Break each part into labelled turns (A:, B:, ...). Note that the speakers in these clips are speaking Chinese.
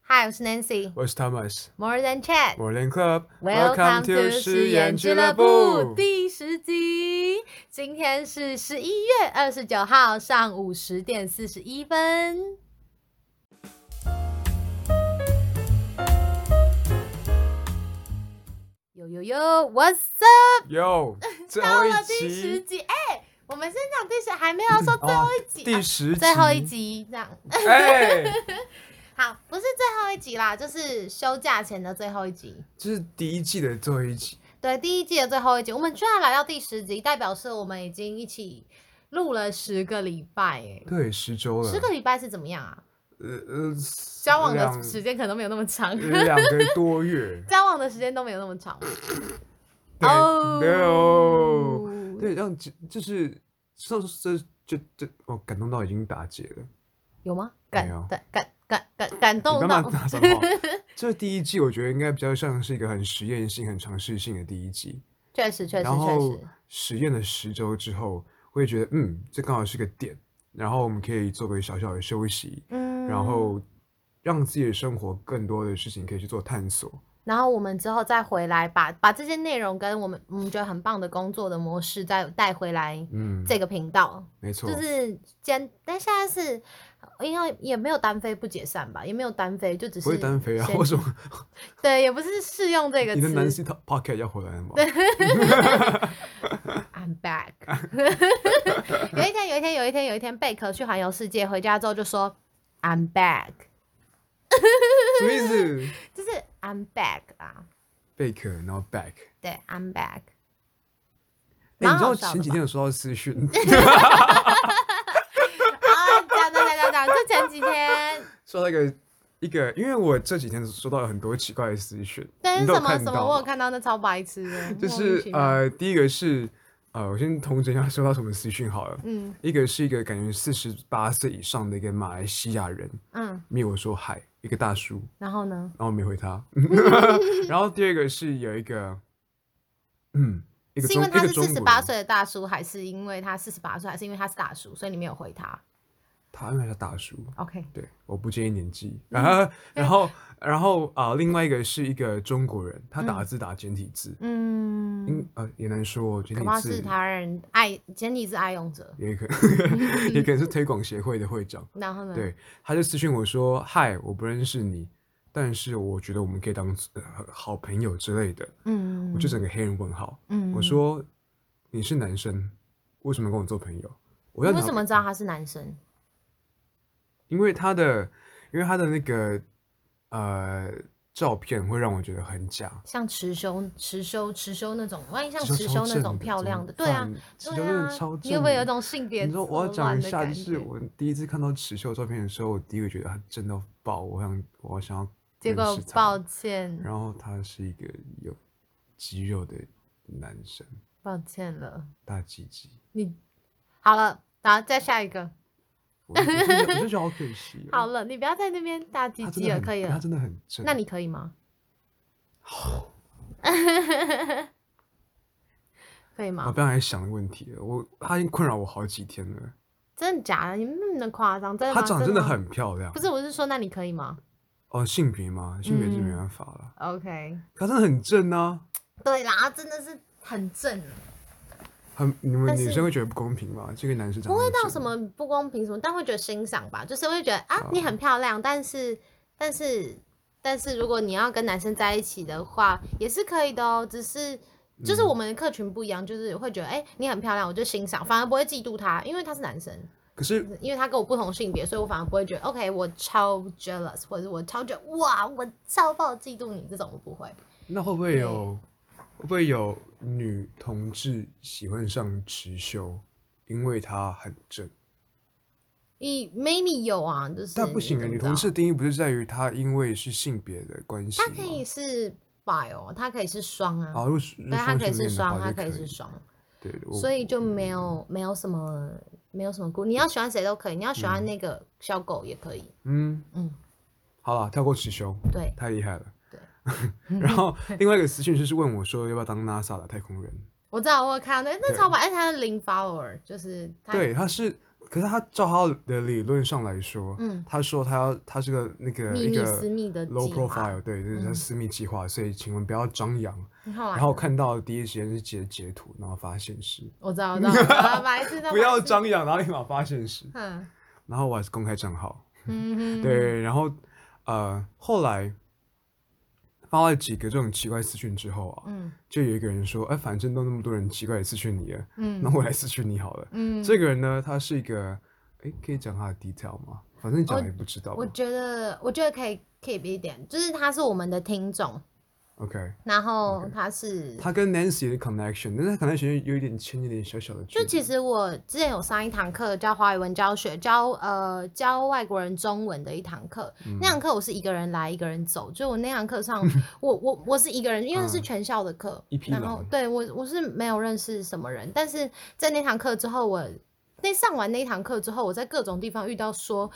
A: 嗨，我是 Nancy。
B: 我是 Thomas。
A: More than chat。
B: 摩连 Club。
A: 实验第十集。今天是十一月二十九号上午十点四十一分。呦呦呦，What's up？
B: 哟，最
A: 到
B: 后
A: 了
B: 一
A: 第十集，
B: 集，嗯
A: 哎、我们先讲第十，还没有说最后一集，
B: 哦第十集，
A: 啊最后一，集这样。嗯
B: 哎，
A: 好，不是最后一集啦，就是休假前的最后一集。
B: 这是第一季的最后一集，
A: 对，第一季的最后一集，我们居然来到第十集，代表是我们已经一起录了十个礼拜、欸，
B: 对，十周了，
A: 十个礼拜是怎么样啊？
B: 呃呃，
A: 交往
B: 两
A: 的时间可能都没有那么长，，
B: 呃两个多月
A: 交往的时间都没有那么长嘛。
B: 对
A: 哦
B: 对哦，对，让就就是上这就这，我感动到已经打结了。
A: 有吗？
B: 没有
A: 感感感感感感
B: 你
A: 动
B: 干嘛
A: 到，
B: 打什么？这第一季我觉得应该比较像是一个很实验性、很尝试性的第一季。
A: 确实确实
B: 然
A: 确
B: 后
A: 实，
B: 实验了十周之后，会觉得嗯，这刚好是个点，然后我们可以做个小小的休息，
A: 嗯
B: 然后让自己的生活更多的事情可以去做探索。
A: 然后我们之后再回来把把这些内容跟我们我们觉得很棒的工作的模式再带回来
B: 嗯，
A: 这个频道，
B: 没错，
A: 就是简，但现在是因为也没有单飞不解散吧，也没有单飞，就只是
B: 不会单飞啊？
A: 先
B: 为什么
A: 对，也不是适用这个
B: 你的男
A: 词。
B: 性 pocket 要回来了吗？
A: I'm back 有。一天，有一天，有一天，有一天，贝壳去环游世界，回家之后就说 I'm back，
B: 什么意思？
A: 就是 I'm back 啊，
B: 贝壳，然后 back。
A: 对，I'm back。
B: 哎、
A: 蛮
B: 你知道
A: 好笑的
B: 前几
A: 吧
B: 天有收到私讯，
A: 啊，讲讲讲讲讲，就前几天，
B: 收到一个一个，因为我这几天收到了很多奇怪的私讯，
A: 但是
B: 你都有
A: 什么
B: 看
A: 什么，
B: 到
A: 我
B: 吗
A: 有看到那超白痴的，
B: 就
A: 莫名
B: 是
A: 其妙，
B: 呃，第一个是呃，我先统整一下收到什么私讯好了。
A: 嗯
B: 一个是一个感觉四十八岁以上的一个马来西亚人，
A: 嗯，
B: 没有说嗨，一个大叔，
A: 然后呢，
B: 然后我没 回他。然后第二个是有一个，嗯，一个
A: 是因
B: 中
A: 为他
B: 一
A: 是
B: 个中
A: 四
B: 国
A: 十
B: 人
A: 八，岁的大叔，还是因为他四十八岁，还是因为他是大叔，所以你没有回他
B: 他因为他是大叔，
A: ？OK，
B: 对，我不介意年纪。
A: 嗯
B: 然后， 然后，然后啊、另外一个是一个中国人，他打字打简体字，
A: 嗯
B: 嗯，，呃，也难说简
A: 可
B: 体
A: 怕
B: 字
A: 是他人爱，前提是爱用者。
B: 也可能也可能是推广协会的会长。
A: 然后呢？
B: 对，他就私信我说：“嗨，我不认识你，但是我觉得我们可以当、呃、好朋友之类的。
A: 嗯，
B: 我就整个黑人问号。
A: 嗯
B: 我说：“你是男生，为什么跟我做朋友？”我
A: 你
B: 要
A: 为
B: 拿
A: 什么知道他是男生？
B: 因为他的，因为他的那个呃照片会让我觉得很假，
A: 像持修、持修、持修那种，万一像
B: 就
A: 持
B: 超
A: 修那
B: 正
A: 种
B: 的
A: 漂
B: 怎
A: 亮
B: 么
A: 的，对啊
B: 办，持修
A: 对
B: 真的
A: 啊
B: 超，
A: 你有没有
B: 正
A: 有种性别
B: 你知道我要
A: 错
B: 讲
A: 乱
B: 一
A: 的
B: 下，就
A: 感
B: 是
A: 觉
B: 我第一次看到持秀的照片的时候，我第一个觉得他真的爆，我想我想要
A: 结
B: 认
A: 果
B: 识他
A: 抱歉，
B: 然后他是一个有肌肉的男生，
A: 抱歉了，
B: 大鸡鸡，
A: 你好了，然后再下一个，
B: 我就我就觉得我就觉得好可惜、
A: 好
B: 了，
A: 了，你不要在那边大唧
B: 他真
A: 唧
B: 的
A: 了，
B: 很
A: 可以
B: 他
A: 了。
B: 真的很正。
A: 那你可以 吗？可以
B: 我
A: 吗？
B: 刚才想的问题了，我他已经困扰我好几天了。
A: 真的假的？你们那么夸张，真的吗？
B: 她长真
A: 真
B: 的
A: 吗
B: 很漂亮，
A: 不是，我是说，那你可以吗
B: 哦性别吗？性别是没
A: 嗯
B: 办法了，
A: ？OK，
B: 她真的很正啊，
A: 对啦，真的是很正，
B: 很你们
A: 但是
B: 女生会觉得不公平吗？这个男生长
A: 不会
B: 那么
A: 到
B: 正
A: 什么不公平什么，但会觉得欣赏吧，就是会觉得啊，你很漂亮，但是但是但是如果你要跟男生在一起的话，也是可以的哦，只是。就是
B: 嗯
A: 我们的客群不一样，就是会觉得，哎、你很漂亮，我就欣赏，反而不会嫉妒他，因为他是男生，
B: 可是
A: 因为他跟我不同性别，所以我反而不会觉得，OK，我超 jealous，或者是我超觉得，哇，我超爆嫉妒你这种，我不会。
B: 那会不会有会不会有女同志喜欢上直修，因为她很正？
A: 你 maybe 有啊，就是
B: 但不行啊，
A: 你
B: 女
A: 怎么
B: 同
A: 知道
B: 志的定义不是在于她因为是性别的关系
A: 它可以
B: 吗？
A: 是 bi 哦，它可以是双啊，
B: 啊，如果是如
A: 对，
B: 果
A: 它可以
B: 性
A: 是
B: 恋的
A: 双，
B: 话
A: 它
B: 就
A: 可
B: 可
A: 以是双，
B: 对，我嗯
A: 所以就没有没有什么没有什么顾，你要喜欢谁都可以，你要喜欢那个小狗也可以，
B: 嗯
A: 嗯，
B: 好了，跳过直修，
A: 对，
B: 太厉害了。
A: 对。
B: 然后另外一个私讯就是问我说要不要 当 NASA 的太空人？
A: 我知道我有看到那那哎
B: 对
A: 超白，而且它是零 follower，就是它
B: 对，他是可是他照他的理论上来说，
A: 嗯，
B: 他说他要他是个那个
A: 秘
B: 一
A: 密
B: 个
A: 私密的
B: low
A: 计划
B: profile，对，就是他
A: 嗯
B: 私密计划，所以请问不要张扬。
A: 很好玩。
B: 然后看到第一时间是截截图，然后发现实，
A: 我知道，我知道，我知 道白痴的
B: 不要
A: 白痴，
B: 张扬，然后立马发现实，
A: 嗯
B: 然后我还是公开账号，
A: 嗯哼，
B: 对，然后呃后来发了几个这种奇怪私讯之后啊，
A: 嗯
B: 就有一个人说，哎，反正都那么多人奇怪的私讯你了，那
A: 嗯
B: 我来私讯你好了。
A: 嗯，
B: 这个人呢，他是一个，哎，可以讲他的 detail 吗？反正讲了也不知道
A: 我
B: 嘛。
A: 觉得我觉得可以 keep 一点，就是他是我们的听众，
B: OK，
A: 然后他是
B: 他跟 Nancy 的 connection，但是他 connection 有一点牵一点小小的距
A: 就
B: 离。
A: 其实我之前有上一堂课叫华语文教学，教呃教外国人中文的一堂课。
B: 嗯
A: 那堂课我是一个人来，一个人走。就我那堂课 上，我我我是一个人，因为是
B: 嗯
A: 全校的课，
B: 一匹
A: 然
B: 狼
A: 后对我我是没有认识什么人，但是在那堂课之后，我那上完那一堂课之后，我在各种地方遇到说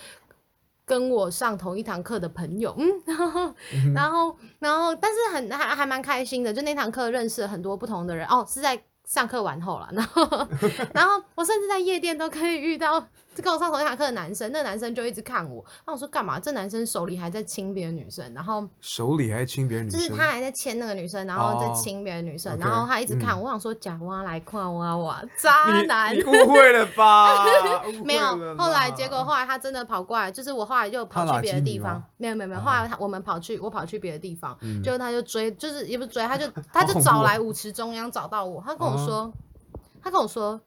A: 跟我上同一堂课的朋友， 嗯，然后然后然后，但是很还还蛮开心的，就那堂课认识了很多不同的人哦，是在上课完后了，然 后然后我甚至在夜店都可以遇到跟我上同一堂课的男生，那个男生就一直看我，那我说干嘛？这男生手里还在亲别的女生，然后
B: 手里还亲别人女
A: 就是
B: 生，
A: 他还在牵那个女生，然后在
B: 哦
A: 亲别的女生，
B: OK，嗯
A: 然后他一直看我，我想说假挖来看挖 哇，渣男
B: 你。你误会了吧？误 会
A: 没有，
B: 了吧
A: 后来结果后来他真的跑过来，就是我后来就跑
B: 他拉
A: 去别的
B: 近你
A: 地方
B: 吗，哦
A: 没有没有没有，后来他我们跑去我跑去别的地方，
B: 嗯
A: 结果他就追，就是也不是追，他就 他
B: 好
A: 就
B: 恐怖
A: 找
B: 哦
A: 来舞池中央找到我，他跟我说，他跟我说，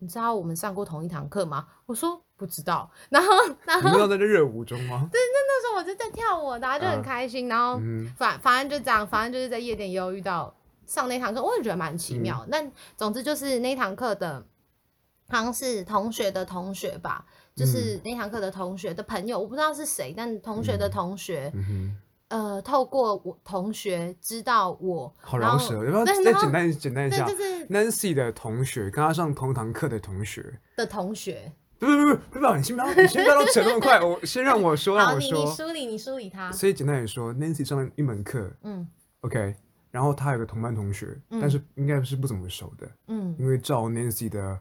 A: 你知道我们上过同一堂课吗？我说不知道， 然后然
B: 你
A: 后
B: 们要在这热舞中 吗？
A: 那时候我就在跳舞，然后就很
B: 嗯
A: 开心，然后
B: 嗯
A: 反反正就这样，反正就是在夜店也有遇到上那堂课，我也觉得蛮奇
B: 嗯
A: 妙。但总之就是那堂课的，好像是同学的同学吧，就是那堂课的同学的朋友，我不知道是谁，但同学的同学，
B: 嗯嗯哼，
A: 呃，透过我同学知道我，
B: 好
A: 然后
B: 饶舌，要不要
A: 对
B: 再
A: 然后
B: 简单简单一
A: 对，
B: 下
A: 就是
B: ？Nancy 的同学跟他上同堂课的同学，
A: 的同学。
B: 不不不不不，你先不要，你先不要扯那么快，我先让我说，让
A: 好，
B: 啊我
A: 你啊你
B: 说。
A: 梳理你梳理他，
B: 所以简单来说，Nancy 上了一门课
A: 嗯
B: ，OK，然后她有个同班同学，但是应该是不怎么熟的，
A: 嗯
B: 因为照 Nancy 的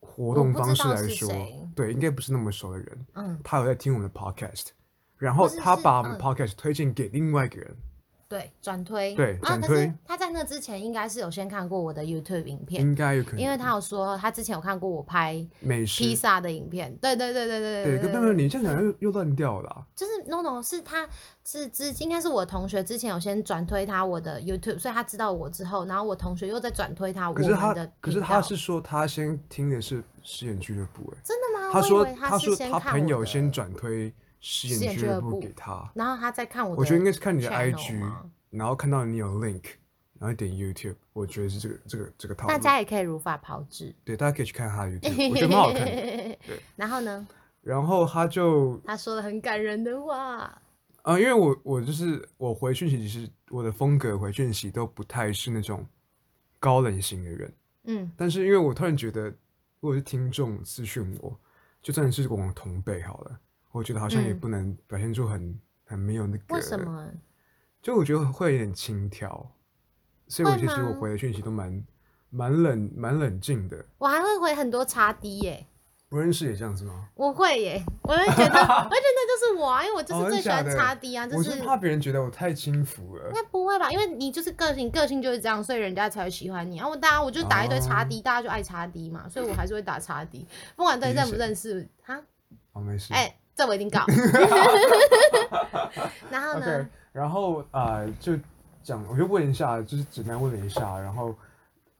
B: 活动方式来说
A: 我不知道是谁，
B: 对，应该不是那么熟的人。
A: 嗯，
B: 她有在听我们的 podcast，然后
A: 不是
B: 她
A: 是
B: 把我们
A: 嗯
B: podcast 推荐给另外一个人，
A: 对，转推
B: 对
A: 啊，
B: 转
A: 可
B: 推
A: 是他在那之前应该是有先看过我的 YouTube 影片，
B: 应该有可能，
A: 因为他有说他之前有看过我拍
B: 美食
A: 披萨的影片，对对对对对
B: 对，
A: 对
B: 但
A: 对
B: 是你这样讲又又乱掉了啊、
A: 就是 no no 是他是之应该是我同学之前有先转推他我的 YouTube，所以他知道我之后，然后我同学又在转推他我
B: 可是
A: 们
B: 他
A: 的，
B: 可是
A: 频
B: 他
A: 道
B: 是说他先听的是实验俱乐部、哎，
A: 真的吗？
B: 他
A: 我以
B: 说
A: 为
B: 他
A: 是
B: 说
A: 先
B: 他
A: 看
B: 朋
A: 我
B: 友
A: 的
B: 先，转推实
A: 实验
B: 验俱
A: 俱乐
B: 乐
A: 部
B: 部给他，
A: 然后他再看我的，
B: 我觉得应该是看你的 IG，
A: 吗
B: 然后看到你有 link，然后点 YouTube，我觉得是这个这个这个套
A: 大
B: 路。
A: 家也可以如法炮制。
B: 对，大家可以去 看他的 YouTube，我觉得蛮好看的。
A: 然后呢，
B: 然后他就
A: 他说了很感人的话，
B: 啊、因为我我就是我回讯息，其实我的风格回讯息都不太是那种高冷型的人。
A: 嗯
B: 但是因为我突然觉得，如果是听众私讯我，就算是我们同辈好了，我觉得好像也
A: 嗯
B: 不能表现出很、很没有那个。
A: 为什？么？
B: 就我觉得会有点轻佻，所以我
A: 会
B: 其实我
A: 吗
B: 回的讯息都蛮蛮冷蛮冷静的。
A: 我还会回很多茶滴耶、
B: 不认识也这样子吗？
A: 我会耶，我会觉得，我会 觉得那就是我啊，因为我就
B: 哦
A: 是
B: 真
A: 最喜欢
B: 假的
A: 擦低啊，就
B: 我
A: 是
B: 是
A: 应
B: 怕别人觉得我太轻浮了。
A: 该不会吧？因为你就是个性，个性就是这样，所以人家才会喜欢你。然后大家我就
B: 哦
A: 打一堆擦低，大家就爱擦低嘛，所以我还是会打擦低，不管对
B: 你是
A: 认不
B: 谁
A: 认识哈，
B: 好，哦没事。
A: 哎、这我一定 告。 然后呢
B: OK，然后啊、呃就讲，我就问一下，就是简单问了一下，然后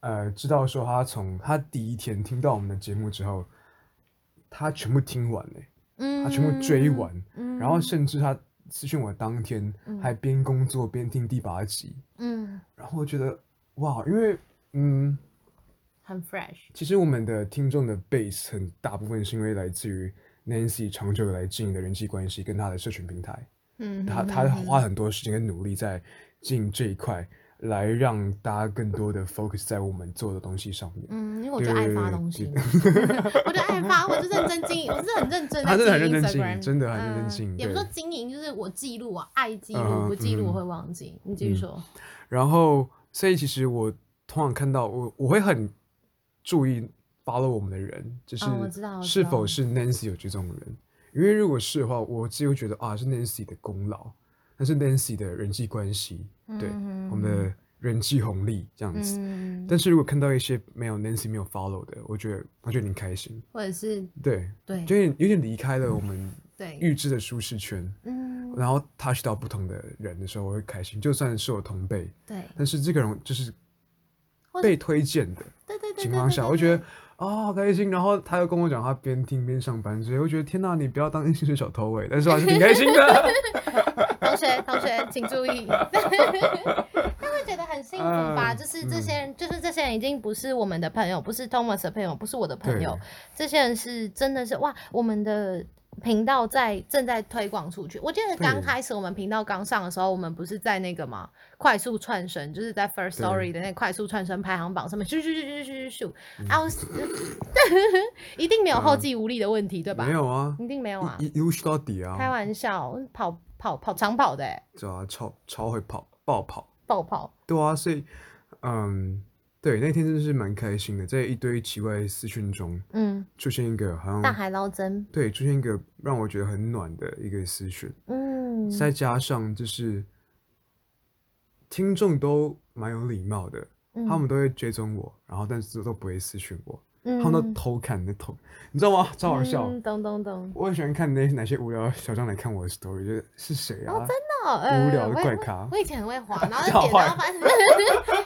B: 呃，知道说他从他第一天听到我们的节目之后，他全部听完嘞，
A: 嗯，
B: 他全部追完，
A: 嗯，
B: 然后甚至他私讯我当天、
A: 嗯
B: 还边工作边听第八集，
A: 嗯，
B: 然后我觉得哇，因为嗯，
A: 很 fresh，
B: 其实我们的听众的 base 很大部分是因为来自于 Nancy 长久以来经营的人际关系跟他的社群平台。
A: 嗯，
B: 他
A: 嗯
B: 他
A: 嗯
B: 花很多时间跟努力在进这一块，来让大家更多的 focus 在我们做的东西上面。
A: 嗯，因为我就爱发东西，我就爱发，我就认真经营，我是很认真
B: 他
A: 在
B: 真的很
A: 经营
B: 认真经
A: Instagram，
B: 营真的很认真经营
A: 嗯也不
B: 对
A: 说经营，就是我记录啊，爱记录，
B: 嗯
A: 不记录
B: 嗯
A: 我会忘记。你继续说，
B: 然后，所以其实我通常看到我我会很注意 follow 我们的人，就是
A: 哦我知道我知
B: 是否
A: 道
B: 是 Nancy 有追踪的人，因为如果是的话，我只有觉得啊是 Nancy 的功劳，那是 Nancy 的人际关系，对、
A: 嗯
B: 我们的人际红利这样子。
A: 嗯，
B: 但是如果看到一些没有 Nancy 没有 follow 的，我觉得我觉得很开心，
A: 或者是
B: 对，
A: 对
B: 就有点有点离开了我们
A: 对，
B: 预知的舒适圈，
A: 嗯，
B: 然后 touch 到不同的人的时候，我会开心，就算是我同辈，
A: 对，
B: 但是这个人就是
A: 或者
B: 被推荐的。
A: 对对对，
B: 情
A: 对
B: 况
A: 对
B: 下，
A: 对
B: 我觉
A: 对
B: 得啊、好开心。然后他又跟我讲，他边听边上班，所以我觉得天呐，你不要当薪水小偷尾，但是我还是挺开心的。
A: 同学，同学，请注 意。他会觉得很幸福吧？
B: 嗯
A: 就是这些人，就是这些人已经不是我们的朋友，不是 Thomas 的朋友，不是我的朋友
B: 对，
A: 这些人是真的是哇，我们的。频道在正在推广出去。我记得刚
B: 对
A: 开始我们频道刚上的时候，我们不是在那个嘛快速串升，就是在 First
B: 对
A: Story 的那个快速串升排行榜上面，咻咻咻咻咻咻咻，
B: 嗯
A: 啊，我 一定没有后继无力的问题， 对吧
B: 没？有 啊，
A: 一定没有啊
B: 一，一路去到底
A: 开
B: 啊，
A: 玩笑，跑跑跑长跑的、欸，
B: 对啊，超超会跑，爆跑，
A: 爆跑。
B: 对啊，所以嗯，对，那天真的是蛮开心的，在一堆奇怪的私讯中
A: 嗯，
B: 出现一个好
A: 大
B: 像
A: 海捞针。
B: 对出现一个让我觉得很暖的一个私讯，
A: 嗯，
B: 再加上就是听众都蛮有礼貌的，
A: 嗯
B: 他们都会追踪我，然后但是都不会私讯我，
A: 他
B: 他们都偷看那偷，你知道吗？超好笑。
A: 嗯，懂懂懂。
B: 我很喜欢看那哪些无聊的小张来看我的 story，就是是谁啊？
A: 哦，呃
B: 无聊的
A: 我也
B: 怪咖
A: 我以前很会滑，然后
B: 好
A: 就点，
B: 坏
A: 然后发现，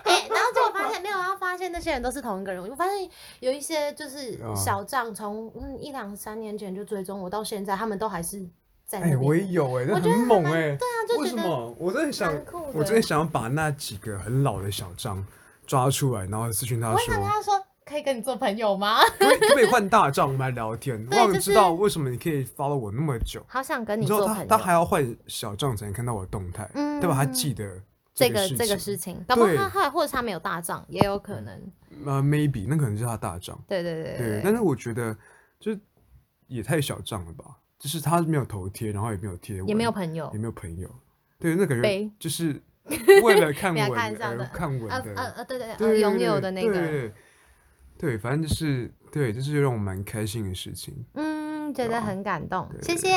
A: 哎，然后结果发现没有，然后发现那些人都是同一个人。我就发现有一些就是
B: 啊
A: 小账，从嗯一两三年前就追踪我到现在，他们们都还是在那
B: 哎、
A: 边。
B: 我也有哎、那
A: 我觉得
B: 很
A: 还
B: 猛
A: 蛮
B: 哎、
A: 对啊，就
B: 为
A: 觉
B: 什
A: 得
B: 么？我真的想
A: 蛮酷，
B: 我
A: 的
B: 真的想要把那几个很老的小张抓出来，然后私讯他
A: 我
B: 说
A: 想跟，他说，可以跟你做朋友吗？
B: 可不可以可不可以换大账，我们来聊天。我
A: 对
B: 想
A: 就
B: 知道
A: 是
B: 为什么你可以 follow 我那么久，
A: 好想跟
B: 你
A: 你
B: 知道
A: 做
B: 他
A: 朋
B: 他还
A: 友。
B: 要换小账才能看到我的动态，
A: 嗯
B: 对吧？他记得
A: 这
B: 个
A: 个这个
B: 事
A: 事情，搞不好
B: 对
A: 他后来或者他没有大账，也有可能。
B: 呃，maybe 那可能是他大账。
A: 对对对
B: 对，但是我觉得就是也太小账了吧，就是他没有头贴，然后也没有贴文，
A: 也没有朋友
B: 也。没有朋友，对，那感觉
A: 悲
B: 就是为了看
A: 不
B: 文
A: 要看上
B: 而
A: 的
B: 看文
A: 呃呃
B: 的，
A: 呃，对对对，呃
B: 对，
A: 拥
B: 对
A: 有
B: 对
A: 的那
B: 对
A: 个，
B: 对对，反正就是对，这是让我蛮开心的事情，
A: 嗯，觉得很感动，
B: 对
A: 谢谢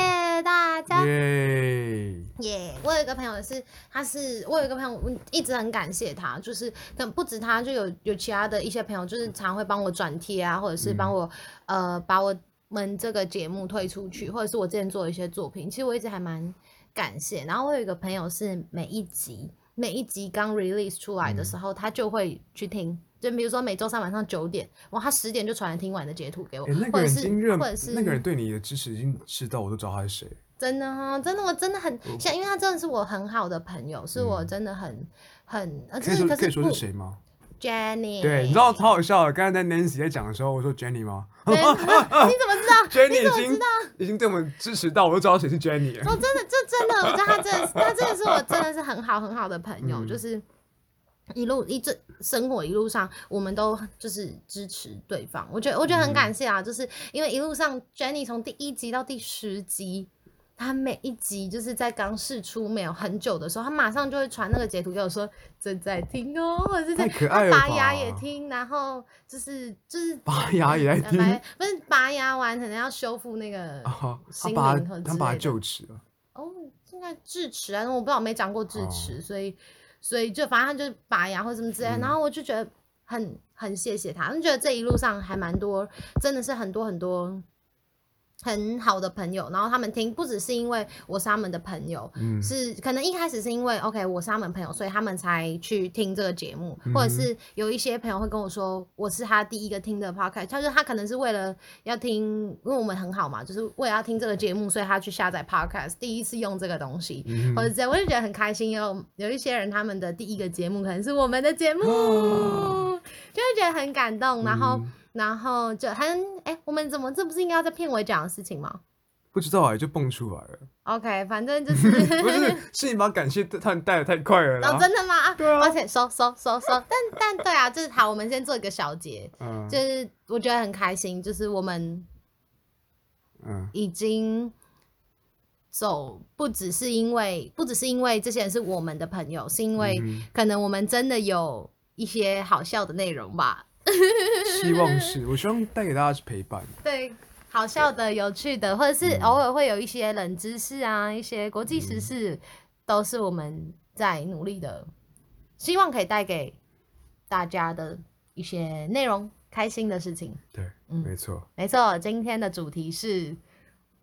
A: 大家。
B: 耶，
A: 耶我有一个朋友是，他是我有一个朋友，我一直很感谢他，就是但不止他，就有有其他的一些朋友，就是常会帮我转贴啊，或者是
B: 嗯
A: 帮我、呃把我们这个节目推出去，或者是我之前做的一些作品，其实我一直还蛮感谢。然后我有一个朋友是每一集每一集刚 release 出来的
B: 嗯
A: 时候，他就会去听。就比如说每周三晚上九点，哇，他十点就传了听完的截图给我，
B: 哎，那
A: 或者
B: 个人已
A: 是
B: 经认
A: 或者是
B: 那个人对你的支持已经知道，我都知道他是谁，
A: 真的哦，真的，我真的很
B: 嗯
A: 像，因为他真的是我很好的朋友，是我真的很很，呃，
B: 可
A: 就
B: 以
A: 是
B: 说
A: 可
B: 可以
A: 是
B: 说
A: 不哎
B: 是谁吗？
A: Jenny，
B: 对，你知道超好笑的，刚才在 Nancy 在讲的时候，我说 Jenny 吗？
A: 对，你怎么知道？
B: Jenny 已经已经对我们支持到，我都知道谁是 Jenny 了。
A: 哦，真的，这真的，我知道他真的是，他真的是我真的是很好很好的朋友，
B: 嗯
A: 就是一路一直生活一路上，我们都就是支持对方。我觉得我觉得
B: 嗯
A: 很感谢啊，就是因为一路上 Jenny 从第一集到第十集。她每一集就是在刚试出没有很久的时候，她马上就会传那个截图给我说正在听哦，或者是在
B: 太可爱了
A: 她拔牙
B: 吧
A: 也听，然后就是就是
B: 拔牙也在
A: 呃
B: 听
A: 拔 牙不是拔牙完可能要修复那个
B: 啊，他
A: 心
B: 把
A: 灵和
B: 他
A: 之
B: 把
A: 类的
B: 臼齿了，
A: 哦，应该智齿啊，我不知道没长过智齿，所以所以就反正他就拔牙或什么之类的，然后我就觉得很很谢谢他，就觉得这一路上还蛮多，真的是很多很多。很好的朋友，然后他们听不只是因为我是他们的朋友，
B: 嗯，
A: 是可能一开始是因为 OK 我是他们朋友，所以他们才去听这个节目，或者
B: 嗯
A: 是有一些朋友会跟我说我是他第一个听的 podcast，他就他可能是为了要听，因为我们很好嘛，就是为了要听这个节目，所以他去下载 podcast，第一次用这个东西，
B: 嗯
A: 或者这样，我就觉得很开心。有有一些人他们的第一个节目可能是我们的节目，
B: 啊
A: 就会觉得很感动，然后、
B: 嗯
A: 然后就很哎、我们怎么这不是应该要在片尾讲的事情吗
B: 不知道哎，就蹦出来了。
A: ？OK，反正就是。
B: 不是，是你把感谢他带的太快了
A: 哦，
B: 啦。
A: 真的吗？啊，
B: 对啊
A: 抱歉，收收收 收。但但对啊，就是好，我们先做一个小结，
B: 嗯
A: 就是我觉得很开心，就是我们
B: 嗯，
A: 已经走，不只是因为，不只是因为这些人是我们的朋友，是因为
B: 嗯
A: 可能我们真的有一些好笑的内容吧。
B: 希望是，我希望带给大家是陪伴。
A: 对，好笑的、有趣的，或者是偶尔会有一些冷知识啊，一些国际时事，都是我们在努力的，希望可以带给大家的一些内容，开心的事情。
B: 对，
A: 嗯
B: 没错，
A: 没错，今天的主题是，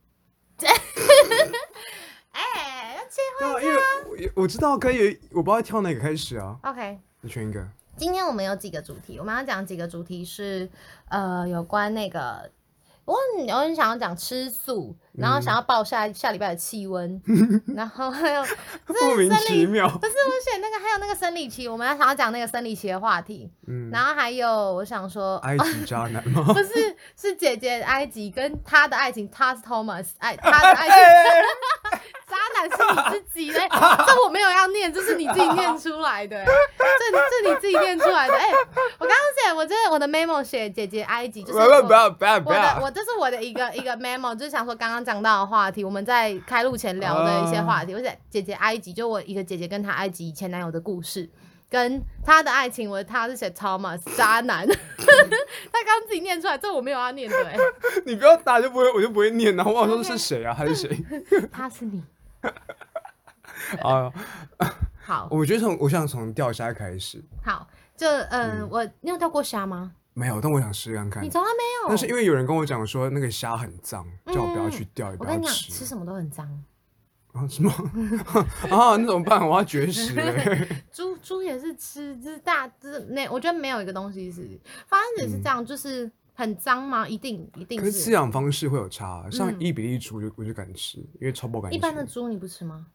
A: 哎，要切
B: 对啊，因为我我知道可以，我不知道挑哪个开始啊，
A: 换 OK。
B: 你选一个。
A: 今天我们有几个主题，我们要讲几个主题是，呃，有关那个，我有人想要讲吃素，然后想要报下、下礼拜的气 温，然后还有
B: 莫名其妙
A: 不是我选那个，还有那个生理期，我们要想要讲那个生理期的话题，
B: 嗯，哎
A: 然后还有我想说，
B: 埃及渣男吗？
A: 不是是姐姐的埃及跟她的爱情，她是 Thomas 爱她 的爱情。 渣
B: 哎
A: 男是你自己的，这我没有要念，这是你自己念出来的、这这你自己念出来的。哎、我刚刚写，我真的我的 memo 写姐姐埃及，就是
B: 不要不
A: 我
B: 要不要不
A: 我的
B: 要！
A: 我这是我的一个一个 memo，就是想说刚刚讲到的话题，我们在开录前聊的一些话题，我写姐姐埃及，就我一个姐姐跟她埃及前男友的故事。跟她的爱情，我她是写 Thomas 渣男， 她刚刚自己念出来，这我没有要念的、哎
B: 你不要打就不会，我就不会念然后我想说是谁啊？他 是谁
A: 他是你，
B: 啊？
A: 好
B: 我觉得从我想从钓虾开始，
A: 好，就嗯、我你有钓过虾吗？
B: 没有，但我想试看看
A: 你。从来没有？
B: 但是因为有人跟我讲说那个虾很脏，叫我不要去钓，也
A: 嗯我
B: 不
A: 跟
B: 要
A: 你讲，吃
B: 吃。
A: 什么都很脏，
B: 啊什么 啊？那怎么办？我要绝 食了。
A: 猪猪也是吃，就是大只没，我觉得没有一个东西是，反正也是这样，就是很脏吗？一定一定
B: 嗯可是啊饲
A: 是。
B: 养方式会有差，啊像
A: 嗯
B: 一比例猪我就我就敢吃，因为超爆敢吃。
A: 一般的猪你不吃吗？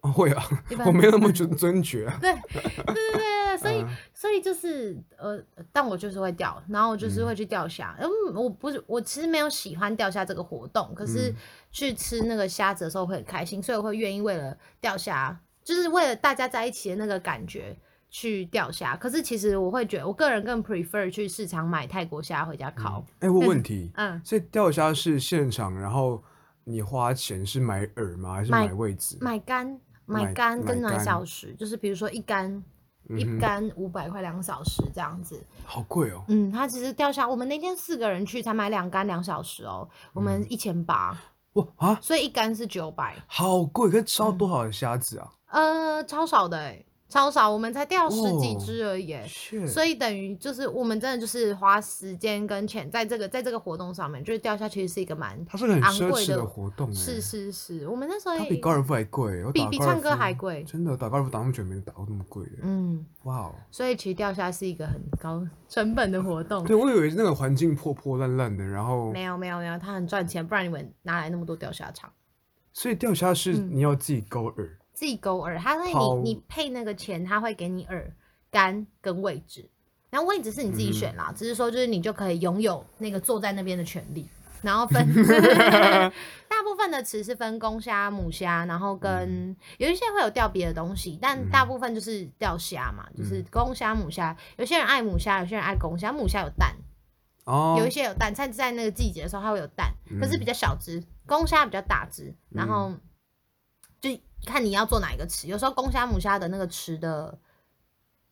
B: 啊会啊
A: 一，般
B: 我没有那么尊尊爵啊。
A: 对对对对对，所以所以就是呃，但我就是会钓，然后我就是会去钓虾。嗯，我不是我其实没有喜欢钓虾这个活动，可是去吃那个虾子的时候会很开心，所以我会愿意为了钓虾，就是为了大家在一起的那个感觉去钓虾。可是其实我会觉得，我个人更 prefer 去市场买泰国虾回家烤。
B: 哎，我有问题，
A: 嗯，
B: 所以钓虾是现场，然后你花钱是买饵吗？还是
A: 买
B: 买位置？
A: 买干
B: 买
A: 买干跟
B: 买
A: 两
B: 干
A: 小时，就是比如说一干。一干五百块两小时这样子，
B: 好贵哦。
A: 嗯，它其实钓虾，我们那天四个人去才买两竿两小时哦，我们
B: 嗯
A: 一千八，
B: 哇啊，
A: 所以一竿是九百，
B: 好贵！可是烧多少的虾子啊？
A: 呃，超少的哎、超少，我们才钓十几只而已、欸。
B: 哦是，
A: 所以等于就是我们真的就是花时间跟钱在这个在这个活动上面，就是钓虾其实是一个蛮
B: 它是个很
A: 昂
B: 奢
A: 贵
B: 侈的
A: 的
B: 活动哎，
A: 是是是，我们那时候
B: 它
A: 也
B: 比高尔夫还贵，我
A: 比
B: 打
A: 比
B: 高尔
A: 唱歌
B: 夫嗯
A: 还贵
B: 真的，打高尔夫打那么久没有打过那么贵的，
A: 嗯，
B: 哇哦！
A: 所以其实钓虾是一个很高成本的活动。
B: 对，我以为那个环境破破烂烂的，然后
A: 没有没有没有，它很赚钱，不然你们哪来那么多钓虾场？
B: 所以钓虾是
A: 嗯
B: 你要自己勾饵，
A: 自己勾饵，它会
B: 抛
A: 你你配那个钱，它会给你饵杆跟位置，然后位置是你自己选啦，只是说就是你就可以拥有那个坐在那边的权利，然后分大部分的池是分公虾、母虾，然后跟、有一些会有钓别的东西，但大部分就是钓虾嘛，就是公虾、母虾，有些人爱母虾，有些人爱公虾，母虾有蛋，
B: 哦
A: 有一，些有蛋，它在那个季节的时候它会有蛋，可是比较小只，公虾比较大只，然后就看你要做哪一个池，有时候公虾母虾的那个池的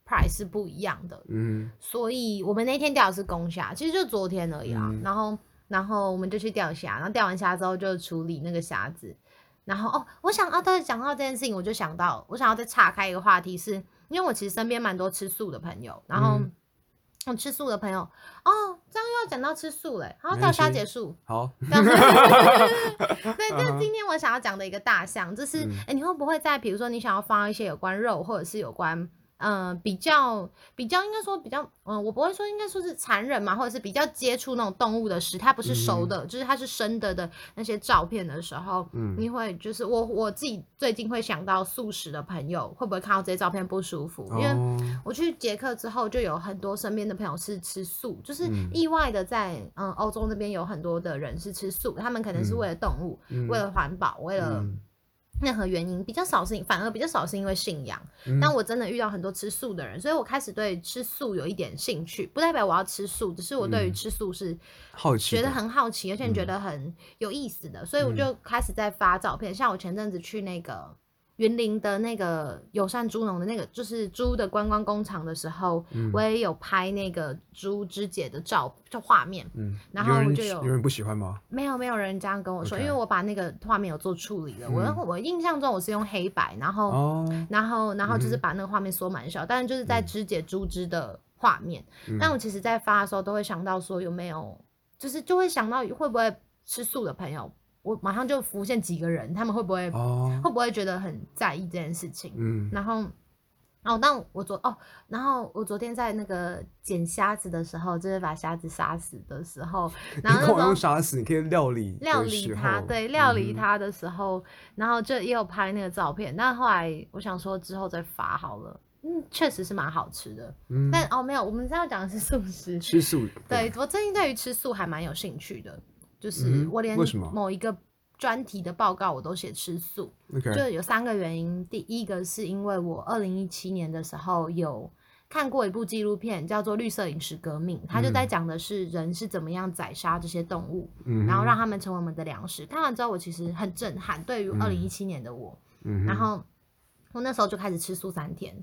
A: price 是不一样的，
B: 嗯，
A: 所以我们那天钓的是公虾，其实就昨天而已啊，
B: 嗯
A: 然后然后我们就去钓虾，然后钓完虾之后就处理那个虾子，然后哦，我想啊，对，讲到这件事情，我就想到我想要再岔开一个话题是，因为我其实身边蛮多吃素的朋友，然后。
B: 嗯
A: 我吃素的朋友哦，这样又要讲到吃素嘞，然后
B: 没
A: 钓
B: 关
A: 虾
B: 系
A: 结束，
B: 好，
A: 对，这是今天我想要讲的一个大项，就是哎、诶你会不会在比如说你想要放一些有关肉，或者是有关呃比较比较应该说比较嗯、呃我不会说应该说是残忍嘛，或者是比较接触那种动物的食，它不是熟的，就是它是生的的那些照片的时候，
B: 嗯
A: 你会就是我我自己最近会想到素食的朋友会不会看到这些照片不舒服，因为。
B: 哦，
A: 我去捷克之后，就有很多身边的朋友是吃素，就是
B: 嗯
A: 意外的在嗯欧洲那边有很多的人是吃素，他们可能是为了动物、为了环保、为了
B: 嗯
A: 任何原因，比较少是反而比较少是因为信仰。
B: 嗯
A: 但我真的遇到很多吃素的人，所以我开始对吃素有一点兴趣，不代表我要吃素，只是我对于
B: 嗯
A: 吃素是
B: 好奇
A: 觉得
B: 的，嗯
A: 很好奇，而且觉得很有意思的，所以我就开始在发照片。像我前阵子去那个云林的那个友善猪农的那个，就是猪的观光工厂的时候，
B: 嗯
A: 我也有拍那个猪肢解的照照画面。
B: 嗯，
A: 然后
B: 有人
A: 就有
B: 有人不喜欢吗？
A: 没有没有人这样跟我说
B: OK 嗯
A: 因为我把那个画面有做处理了。我我印象中我是用黑白，然后、
B: 哦，嗯
A: 然后然后就是把那个画面缩蛮小，但是就是在肢解猪只的画面。
B: 嗯
A: 但我其实在发的时候都会想到说有没有，就是就会想到会不会吃素的朋友，我马上就浮现几个人，他们会不会、
B: 哦，
A: 会不会觉得很在意这件事情？
B: 嗯，
A: 然后，哦，但我昨哦，然后我昨天在那个捡虾子的时候，就是把虾子杀死的时 候，
B: 你
A: 然后那时
B: 光
A: 候
B: 用杀死，你可以料理
A: 料
B: 的
A: 理
B: 时
A: 它，
B: 候嗯
A: 对，料理它的时候，然后就也有拍那个照片，但后来我想说之后再发好了。嗯，确实是蛮好吃的，
B: 嗯
A: 但哦没有，我们这样讲的是素食。
B: 吃素，
A: 对我最近对于吃素还蛮有兴趣的，就是
B: 嗯哼
A: 我连
B: 为什么
A: 某一个专题的报告我都写吃素，
B: ，OK，
A: 就有三个原因。第一个是因为我二零一七年的时候有看过一部纪录片，叫做《绿色饮食革命》，它就在讲的是人是怎么样宰杀这些动物，
B: 嗯嗯哼
A: 然后让他们成为我们的粮食。看完之后，我其实很震撼，对于二零一七年的我，
B: 嗯
A: 然
B: 哼，
A: 后我那时候就开始吃素三天。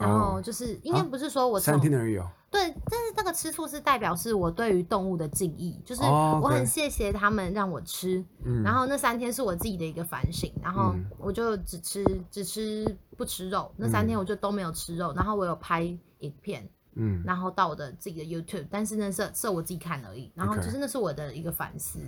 A: 然后就是，应该不是说我从、
B: 哦三天而已哦，
A: 对，但是这个吃素是代表是我对于动物的敬意，就是
B: 哦
A: 我
B: ，OK
A: 很谢谢他们让我吃，
B: 嗯
A: 然后那三天是我自己的一个反省，然后
B: 嗯
A: 我就只吃只吃不吃肉，那三天我就都没有吃肉，然后我有拍影片，
B: 嗯
A: 然后到我的自己的 YouTube，但是那是是我自己看而已，然后
B: OK 嗯
A: 就是那是我的一个反思，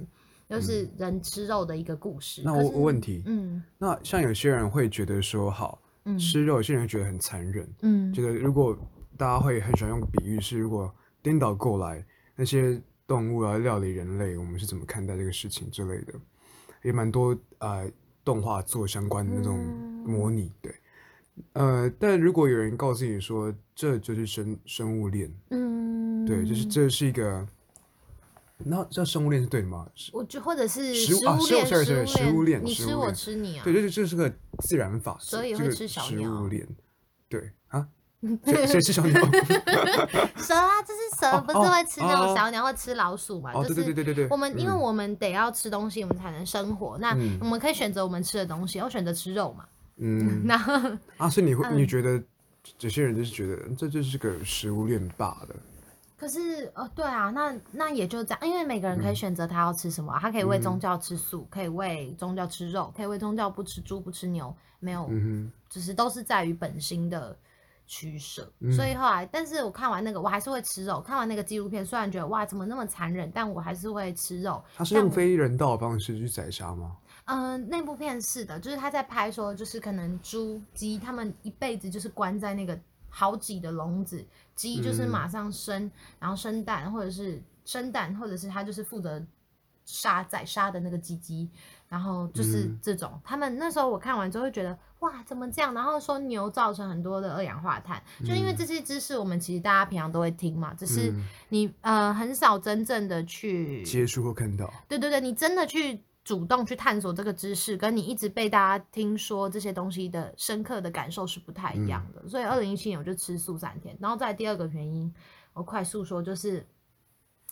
A: 就是人吃肉的一个故事。
B: 那
A: 可
B: 我
A: 是
B: 我问题，
A: 嗯
B: 那像有些人会觉得说，好
A: 嗯
B: 吃肉，有些人觉得很残忍，
A: 嗯
B: 觉得如果大家会很喜欢用个比喻是，如果颠倒过来，那些动物啊料理人类，我们是怎么看待这个事情之类的，也蛮多呃动画做相关的那种
A: 嗯
B: 模拟，对，呃，但如果有人告诉你说这就是生生物链，
A: 嗯，
B: 对，就是这是一个，那叫生物链是对的吗？是
A: 我就或者是
B: 食
A: 食
B: 物啊
A: 物
B: 食物
A: 链，
B: sorry，sorry，食
A: 物
B: 物链
A: 你
B: 食
A: 吃
B: 物
A: 我
B: 链
A: 吃你啊，
B: 对，这这是个自然法则，
A: 蛇也
B: 这
A: 会
B: 个
A: 吃小
B: 食
A: 鸟
B: 物链，对 啊，谁谁吃小鸟？
A: 蛇啊，就是蛇
B: 哦
A: 不是会吃那种
B: 哦
A: 小鸟，会吃老鼠嘛？
B: 哦，
A: 就
B: 对对对
A: 是
B: 对对对，
A: 我们，因为
B: 嗯
A: 我们得要吃东西，我们才能生活。那
B: 嗯
A: 我们可以选择我们吃的东西，我选择吃肉嘛。
B: 嗯
A: 然后
B: 啊，所以你会、
A: 嗯
B: 你觉得有些人就是觉得嗯这就是个食物链罢了，
A: 可是哦，对啊，那那也就这样，因为每个人可
B: 嗯
A: 以选择他要吃什么啊，他可以为宗教吃素，可以为宗教吃肉，可以为宗教不吃猪不吃牛，没有，
B: 嗯
A: 就是都是在于本心的。取舍，
B: 嗯
A: 所以后来，但是我看完那个，我还是会吃肉。看完那个纪录片，虽然觉得哇，怎么那么残忍，但我还是会吃肉。
B: 哼，他是
A: 但
B: 用
A: 我
B: 非人道的方式去宰杀吗？
A: 嗯，那部片是的，就是他在拍说，就是可能猪、鸡他们一辈子就是关在那个好几的笼子，鸡
B: 嗯
A: 就是马上生，然后生蛋，或者是生蛋，或者是他就是负责杀宰杀的那个鸡鸡，然后就是
B: 嗯
A: 这种。他们那时候我看完之后会觉得，哇，怎么这样？然后说牛造成很多的二氧化碳，就因为这些知识我们其实大家平常都会听嘛，只是
B: 嗯
A: 你呃很少真正的去
B: 接触或看到，
A: 对对对，你真的去主动去探索这个知识，跟你一直被大家听说这些东西的深刻的感受是不太一样的。所以二零一七年我就吃素三天，然后再来第二个原因，我快速说就是。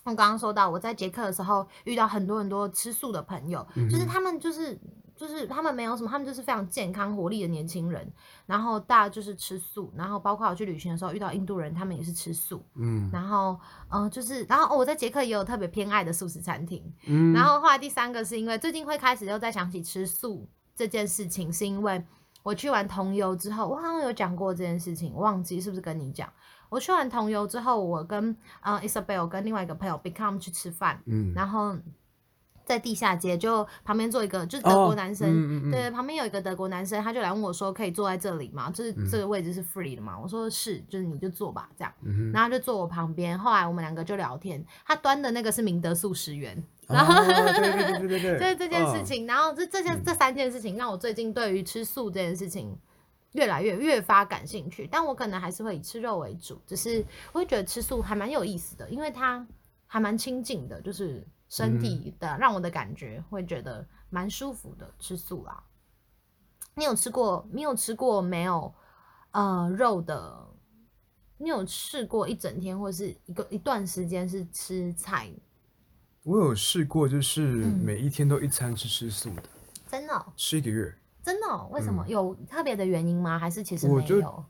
A: 我刚刚说到，我在捷克的时候遇到很多很多吃素的朋友，就是他们就是就是他们没有什么，他们就是非常健康活力的年轻人，然后大家就是吃素，然后包括我去旅行的时候遇到印度人，他们也是吃素，
B: 嗯
A: 然后，嗯、就是，然后、哦、我在捷克也有特别偏爱的素食餐厅。
B: 嗯
A: 然后后来第三个是因为最近会开始又在想起吃素这件事情，是因为我去完同游之后，我好像有讲过这件事情，忘记是不是跟你讲。我去完同游之后，我跟呃 Isabel 跟另外一个朋友 Become 去吃饭，
B: 嗯，
A: 然后在地下街就旁边坐一个就是德国
B: 哦
A: 男生，
B: 嗯嗯嗯
A: 对，旁边有一个德国男生，他就来问我说可以坐在这里吗？就是
B: 嗯
A: 这个位置是 free 的嘛？我说是，就是你就坐吧，这样。
B: 嗯
A: 然后他就坐我旁边，后来我们两个就聊天，他端的那个是明德素食园。然后、
B: 啊对对对对 对对，
A: 就是这件事
B: 嗯，
A: 情，然后这这件这三件事情，让我最近对于吃素这件事情越来越越发感兴趣。但我可能还是会以吃肉为主，只是我会觉得吃素还蛮有意思的，因为它还蛮亲近的，就是
B: 嗯
A: 身体的、让我的感觉会觉得蛮舒服的。吃素啦，你有吃过？你有吃过没有？呃，肉的，你有试过一整天或是一个一段时间是吃菜？嗯
B: 我有试过，就是每一天都一餐吃吃素的，
A: 真的哦、
B: 吃一个月，
A: 真的哦、为什么、有特别的原因吗？还是其实
B: 嗯我
A: 没
B: 就
A: 有？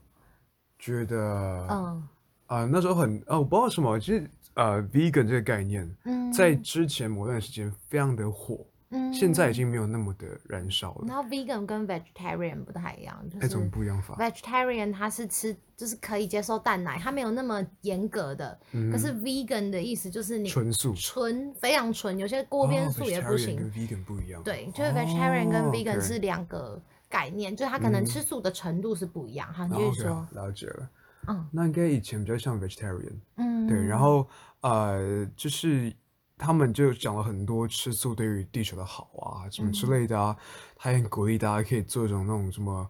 B: 觉得啊、
A: 嗯
B: 那时候很啊，我不知道为什么，其实呃，vegan 这个概念
A: 嗯，
B: 在之前某段时间非常的火，
A: 嗯
B: 现在已经没有那么的燃烧了，
A: 然后 vegan 跟 vegetarian 不太一样，就
B: 那
A: 是
B: 种不一样法。
A: vegetarian 它是吃就是可以接受蛋奶，它没有那么严格的。
B: 嗯
A: 可是 vegan 的意思就是你
B: 纯素
A: 纯非常纯，有些锅
B: 哦
A: 边素也不
B: vegetarian
A: 行。
B: 跟 vegan 不一样。
A: 对，就是 vegetarian 跟
B: 哦
A: vegan
B: ，OK
A: 是两个概念，就是它可能
B: 嗯哦
A: 吃素的程度是不一样。哈，你
B: 然
A: 就
B: 后
A: 是说，
B: 了解了，
A: 嗯
B: 那应该以前比较像 vegetarian，、
A: 嗯，
B: 对，然后呃，就是他们就讲了很多吃素对于地球的好啊，什么之
A: 嗯
B: 类的啊，他也很鼓励大家可以做一种那种什么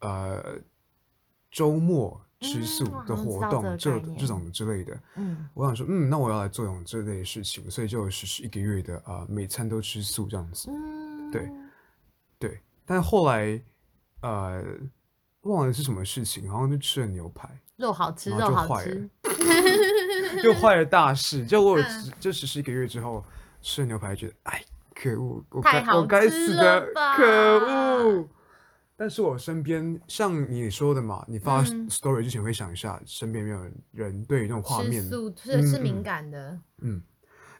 B: 呃周末吃
A: 嗯
B: 素
A: 我好像
B: 的
A: 知
B: 活
A: 道这个
B: 动，这
A: 概念
B: 这种之类的。
A: 嗯
B: 我想说，嗯，那我要来做种这类的事情，所以就实施一个月的啊、呃每餐都吃素这样子。
A: 嗯，
B: 对对，但后来呃忘了是什么事情，好像就吃了牛 排，
A: 肉好吃，
B: 然后
A: 肉
B: 就
A: 好
B: 坏了
A: 吃，
B: 就坏了大事。就我有
A: 嗯
B: 实就实施一个月之后吃了牛排，觉得哎可恶，我
A: 太
B: 该
A: 好
B: 我该
A: 吃
B: 死
A: 了
B: 的，
A: 吧
B: 可恶。但是我身边像你说的嘛，你发
A: 嗯
B: story 之前会想一下身边有没有人对于这种画
A: 吃
B: 面
A: 素是是
B: 嗯
A: 敏
B: 嗯
A: 感的，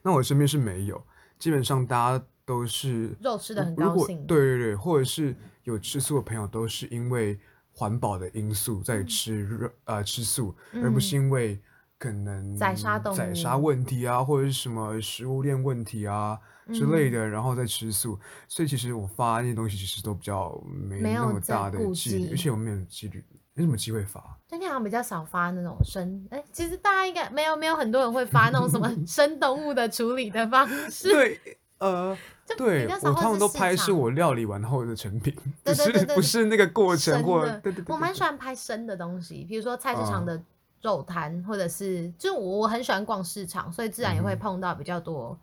B: 那我身边是没有，基本上大家都是
A: 肉吃的很
B: 如
A: 高
B: 果
A: 兴。
B: 对对对，或者是有吃素的朋友，都是因为环保的因素
A: 嗯
B: 在吃肉、呃吃素，而不是因为可能
A: 宰杀动
B: 宰
A: 物
B: 杀问题啊，或者是什么食物链问题啊之
A: 嗯
B: 类的，然后再吃素。所以其实我发那些东西其实都比较没
A: 没
B: 那
A: 有
B: 么
A: 在
B: 大的
A: 顾
B: 纪律，而
A: 忌
B: 且我没有纪律，没什么机会发。
A: 最近好像比较少发那种生，哎、其实大家应该没有没有很多人会发那种什么 生动物的处理的方式，
B: 对，呃。
A: 就
B: 对
A: 比较，少
B: 我
A: 会
B: 他们
A: 是
B: 都
A: 市
B: 拍是
A: 场
B: 我料理完后的成品，
A: 对
B: 不
A: 对
B: 是
A: 对对
B: 不
A: 对
B: 是那个过程
A: 生
B: 或
A: 的。
B: 对对对对。
A: 我蛮
B: 对
A: 喜欢拍生的东西，比如说菜市
B: 啊
A: 场的肉摊，或者是就是我我很喜欢逛市场，所以自然也会
B: 嗯
A: 碰到比较多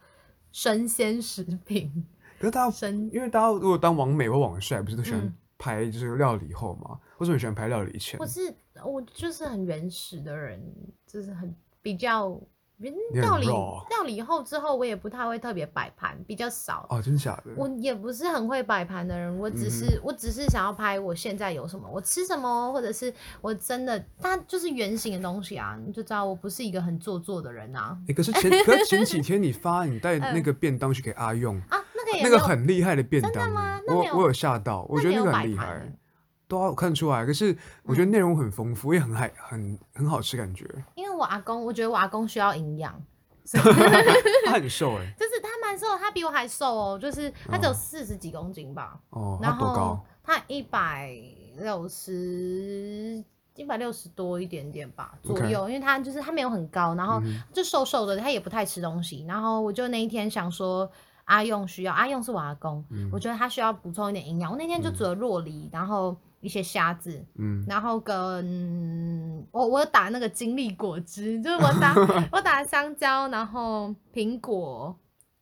A: 生鲜食品。
B: 可是大家
A: 生
B: 因为大家如果当网美或网帅，不是都喜欢
A: 嗯
B: 拍就是料理后嘛？或者很喜欢拍料理前
A: 我？是我就是很原始的人，就是很比较。嗯
B: 你很
A: 料理
B: raw 啊
A: 料理后之后，我也不太会特别摆盘，比较少。
B: 哦，嗯真假的？
A: 我也不是很会摆盘的人，我只是、我只是想要拍我现在有什么，我吃什么，或者是我真的，它就是圆形的东西啊，你就知道我不是一个很做作的人啊。
B: 诶可是 前可是前几天你发你带那
A: 嗯
B: 个便当去给阿用，
A: 啊，那个也
B: 那
A: 没
B: 个
A: 有，
B: 很厉害的便
A: 真的
B: 当
A: 吗
B: 欸，
A: 那
B: 我
A: 没有
B: 我有吓到，我
A: 那
B: 觉
A: 没
B: 得那
A: 有
B: 个
A: 摆
B: 很厉
A: 盘
B: 害
A: 欸。嗯
B: 对啊，我看出来，可是我觉得内容很丰富，也很还很很好吃，感 觉
A: 因为我阿公，我觉得我阿公需要营养，
B: 他很瘦哎，
A: 就是他蛮瘦，他比我还瘦哦，就是他只
B: 哦
A: 有四十几公斤吧，
B: 哦，他
A: 然
B: 多
A: 后
B: 高？
A: 他一百六十。一百六十多一点点吧左
B: OK
A: 右因为他就是他没有很高，然后
B: 嗯
A: 就瘦瘦的，他也不太吃东西。然后我就那一天想说，阿用需要，阿用是我阿公，
B: 嗯
A: 我觉得他需要补充一点营养。我那天就煮了洛梨，然后一些虾子，
B: 嗯，
A: 然后跟我我有打那个精力果汁，就是我 打我打香蕉，然后苹果。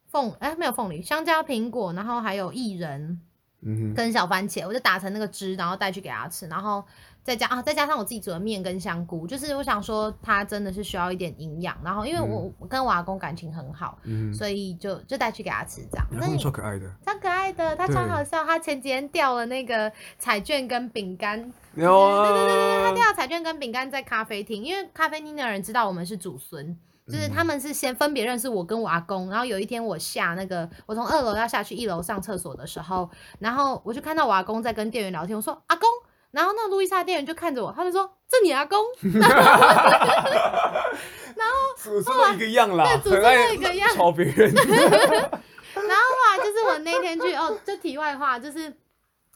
A: 凤哎、没有凤梨，香蕉、苹果，然后还有薏仁，
B: 嗯哼，
A: 跟小番茄，我就打成那个汁，然后带去给他吃，然后再加啊，再加上我自己煮的面跟香菇，就是我想说他真的是需要一点营养，然后因为我、我跟我阿公感情很好，
B: 嗯哼，
A: 所以就就带去给他吃这样。
B: 然后
A: 你
B: 超可爱的，
A: 超可爱的，他
B: 对
A: 超好笑，他前几天掉了那个彩券跟饼干，
B: 然后
A: 对对对，
B: 啊
A: 他掉彩券跟饼干在咖啡厅，因为咖啡厅的人知道我们是祖孙。就是他们是先分别认识我跟我阿公，然后有一天我下那个，我从二楼要下去一楼上厕所的时候，然后我就看到我阿公在跟店员聊天，我说阿公，然后那路易莎店员就看着我，他们说这你阿公，
B: 祖宗都一个样
A: 对
B: 啦，
A: 祖宗
B: 很爱
A: 都一个样
B: 吵别人。
A: 然后后来就是我那天去哦，就题外话，就是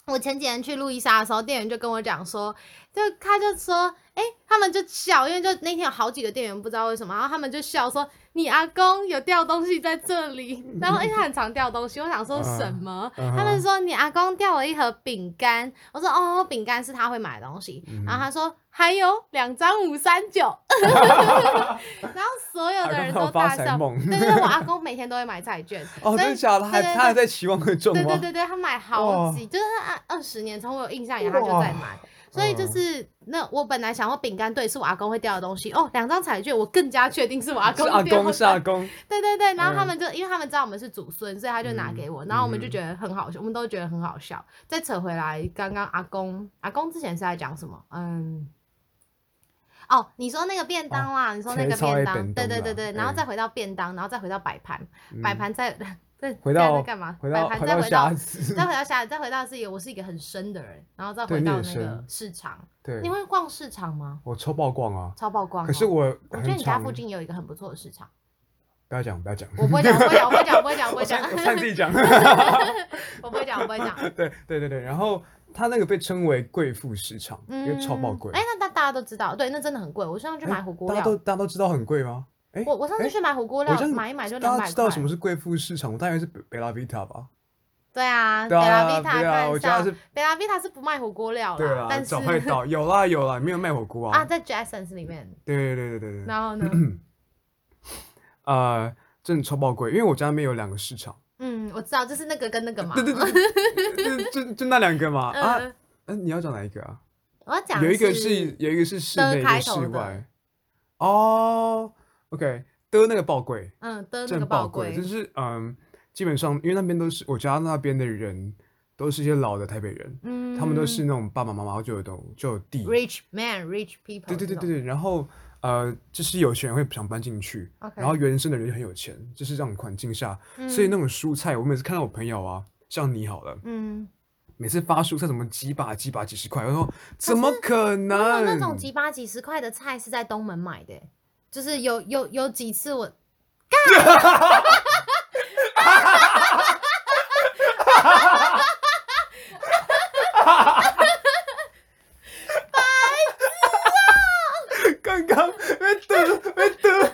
A: 我前几天去路易莎的时候，店员就跟我讲说，就他就说，哎、他们就笑，因为就那天有好几个店员不知道为什么，然后他们就笑说你阿公有掉东西在这 里，然后因为他很常掉东西，我想说
B: 啊
A: 什么？
B: 啊
A: 他
B: 哈
A: 们说你阿公掉了一盒饼干，我说哦，饼干是他会买的东西，
B: 嗯
A: 然后他说还有两张五三九， 然后所有的人
B: 阿公还
A: 都
B: 有发
A: 大
B: 财
A: 笑，
B: 梦
A: 对对对，我阿公每天都会买彩券， 所
B: 哦，
A: 以
B: 真的假的？他还
A: 对对
B: 他还在期望会中
A: 对
B: 吗？
A: 对对对，他买好几，就是他二二十年，从我有印象以来他就在买。所以
B: 哦
A: 就是、那我本来想要饼干，对，是我阿公会掉的东西哦。两张彩券，我更加确定是我阿
B: 是
A: 公
B: 阿
A: 掉
B: 公
A: 的
B: 是阿公，
A: 对对对，然后他
B: 嗯
A: 们就、因为他们知道我们是祖孙，所以他就拿给我，然后我们就
B: 嗯
A: 觉得很好笑，我们都觉得很好笑。再扯回来，刚刚阿公阿公之前是在讲什么？嗯，哦，你说那个便当啦，你说那
B: 前
A: 个
B: 超
A: 便
B: 爱
A: 当，
B: 便
A: 对
B: 当
A: 对对
B: 啦
A: 对，然后
B: 嗯
A: 再回到便当，然后再回到摆盘，摆盘再再
B: 回
A: 再
B: 到
A: 再干嘛？
B: 嗯回
A: 摆
B: 到
A: 盘
B: 回
A: 再
B: 到
A: 回
B: 瞎
A: 到。
B: 子，
A: 再回到下，再回到自己，我是一个很深的人，然后再
B: 对
A: 回
B: 你
A: 到
B: 很
A: 那个
B: 深
A: 市场。
B: 对
A: 你，会逛市场吗？
B: 我超爆逛啊！
A: 超曝光哦。
B: 可是我
A: 我
B: 很
A: 觉得你家
B: 常
A: 附近有一个很不错的市场。
B: 不要讲，不要讲，
A: 我不会讲，我不会讲，我不会讲，我不会讲，我不会讲
B: 我擅。我 擅自己 讲。
A: 我不会讲，我不会讲。
B: 对对对对，然后它那个被称为贵妇市场，因为超爆贵
A: 哎、。那大大家都知道，对，那真的很贵。我上次去
B: 哎
A: 买火锅
B: 大家
A: 料，
B: 都大家都知道很贵吗？哎，
A: 我我上次
B: 哎
A: 去买火锅
B: 我
A: 料
B: 这样
A: 买一买就
B: 大
A: 两
B: 家
A: 百
B: 知道什
A: 块
B: 么。是贵妇市场？我当然是贝贝拉维塔吧。
A: 对啊，
B: 对
A: 贝拉
B: 啊
A: 维塔
B: 对啊我
A: 看
B: 觉得
A: 上
B: 它是，
A: 贝拉维塔是不卖火锅料
B: 对
A: 啦，
B: 啦，
A: 但是
B: 找快到有啦有啦，没有卖火锅
A: 啊，
B: 啊。
A: 在 Jasons 里面，
B: 对对对对对对，
A: 然后呢，
B: 呃，真的超爆贵，因为我家那边有两个市场，
A: 嗯，我知道，就是那个跟那个嘛。
B: 对对对，就就就那两个嘛 啊。
A: 嗯，
B: 嗯、你要讲哪一个啊？
A: 我要讲
B: 有一个
A: 是
B: 是有一个是室
A: 的
B: 内，一
A: 开
B: 个
A: 头
B: 室
A: 的
B: 外。哦，OK，的那个爆贵，
A: 嗯的那
B: 真
A: 个
B: 的
A: 爆
B: 贵，就
A: 贵，
B: 是嗯，基本上因为那边都是我家那边的人，都是一些老的台北人，
A: 嗯，
B: 他们都是那种爸爸妈妈就有懂就有地，
A: rich man rich people，
B: 对对对对
A: 对
B: 对，然后呃，就是有钱人会想搬进去，
A: ，OK，
B: 然后原生的人就很有钱，就是这种环境下，
A: 嗯
B: 所以那种蔬菜，我每次看到我朋友啊，像你好了，
A: 嗯，
B: 每次发蔬菜怎么几把几把几十块，我说怎么可能？
A: 我有那种
B: 嗯
A: 几八几十块的菜是在东门买的、欸就是有有有几次我。
B: 刚刚没得没得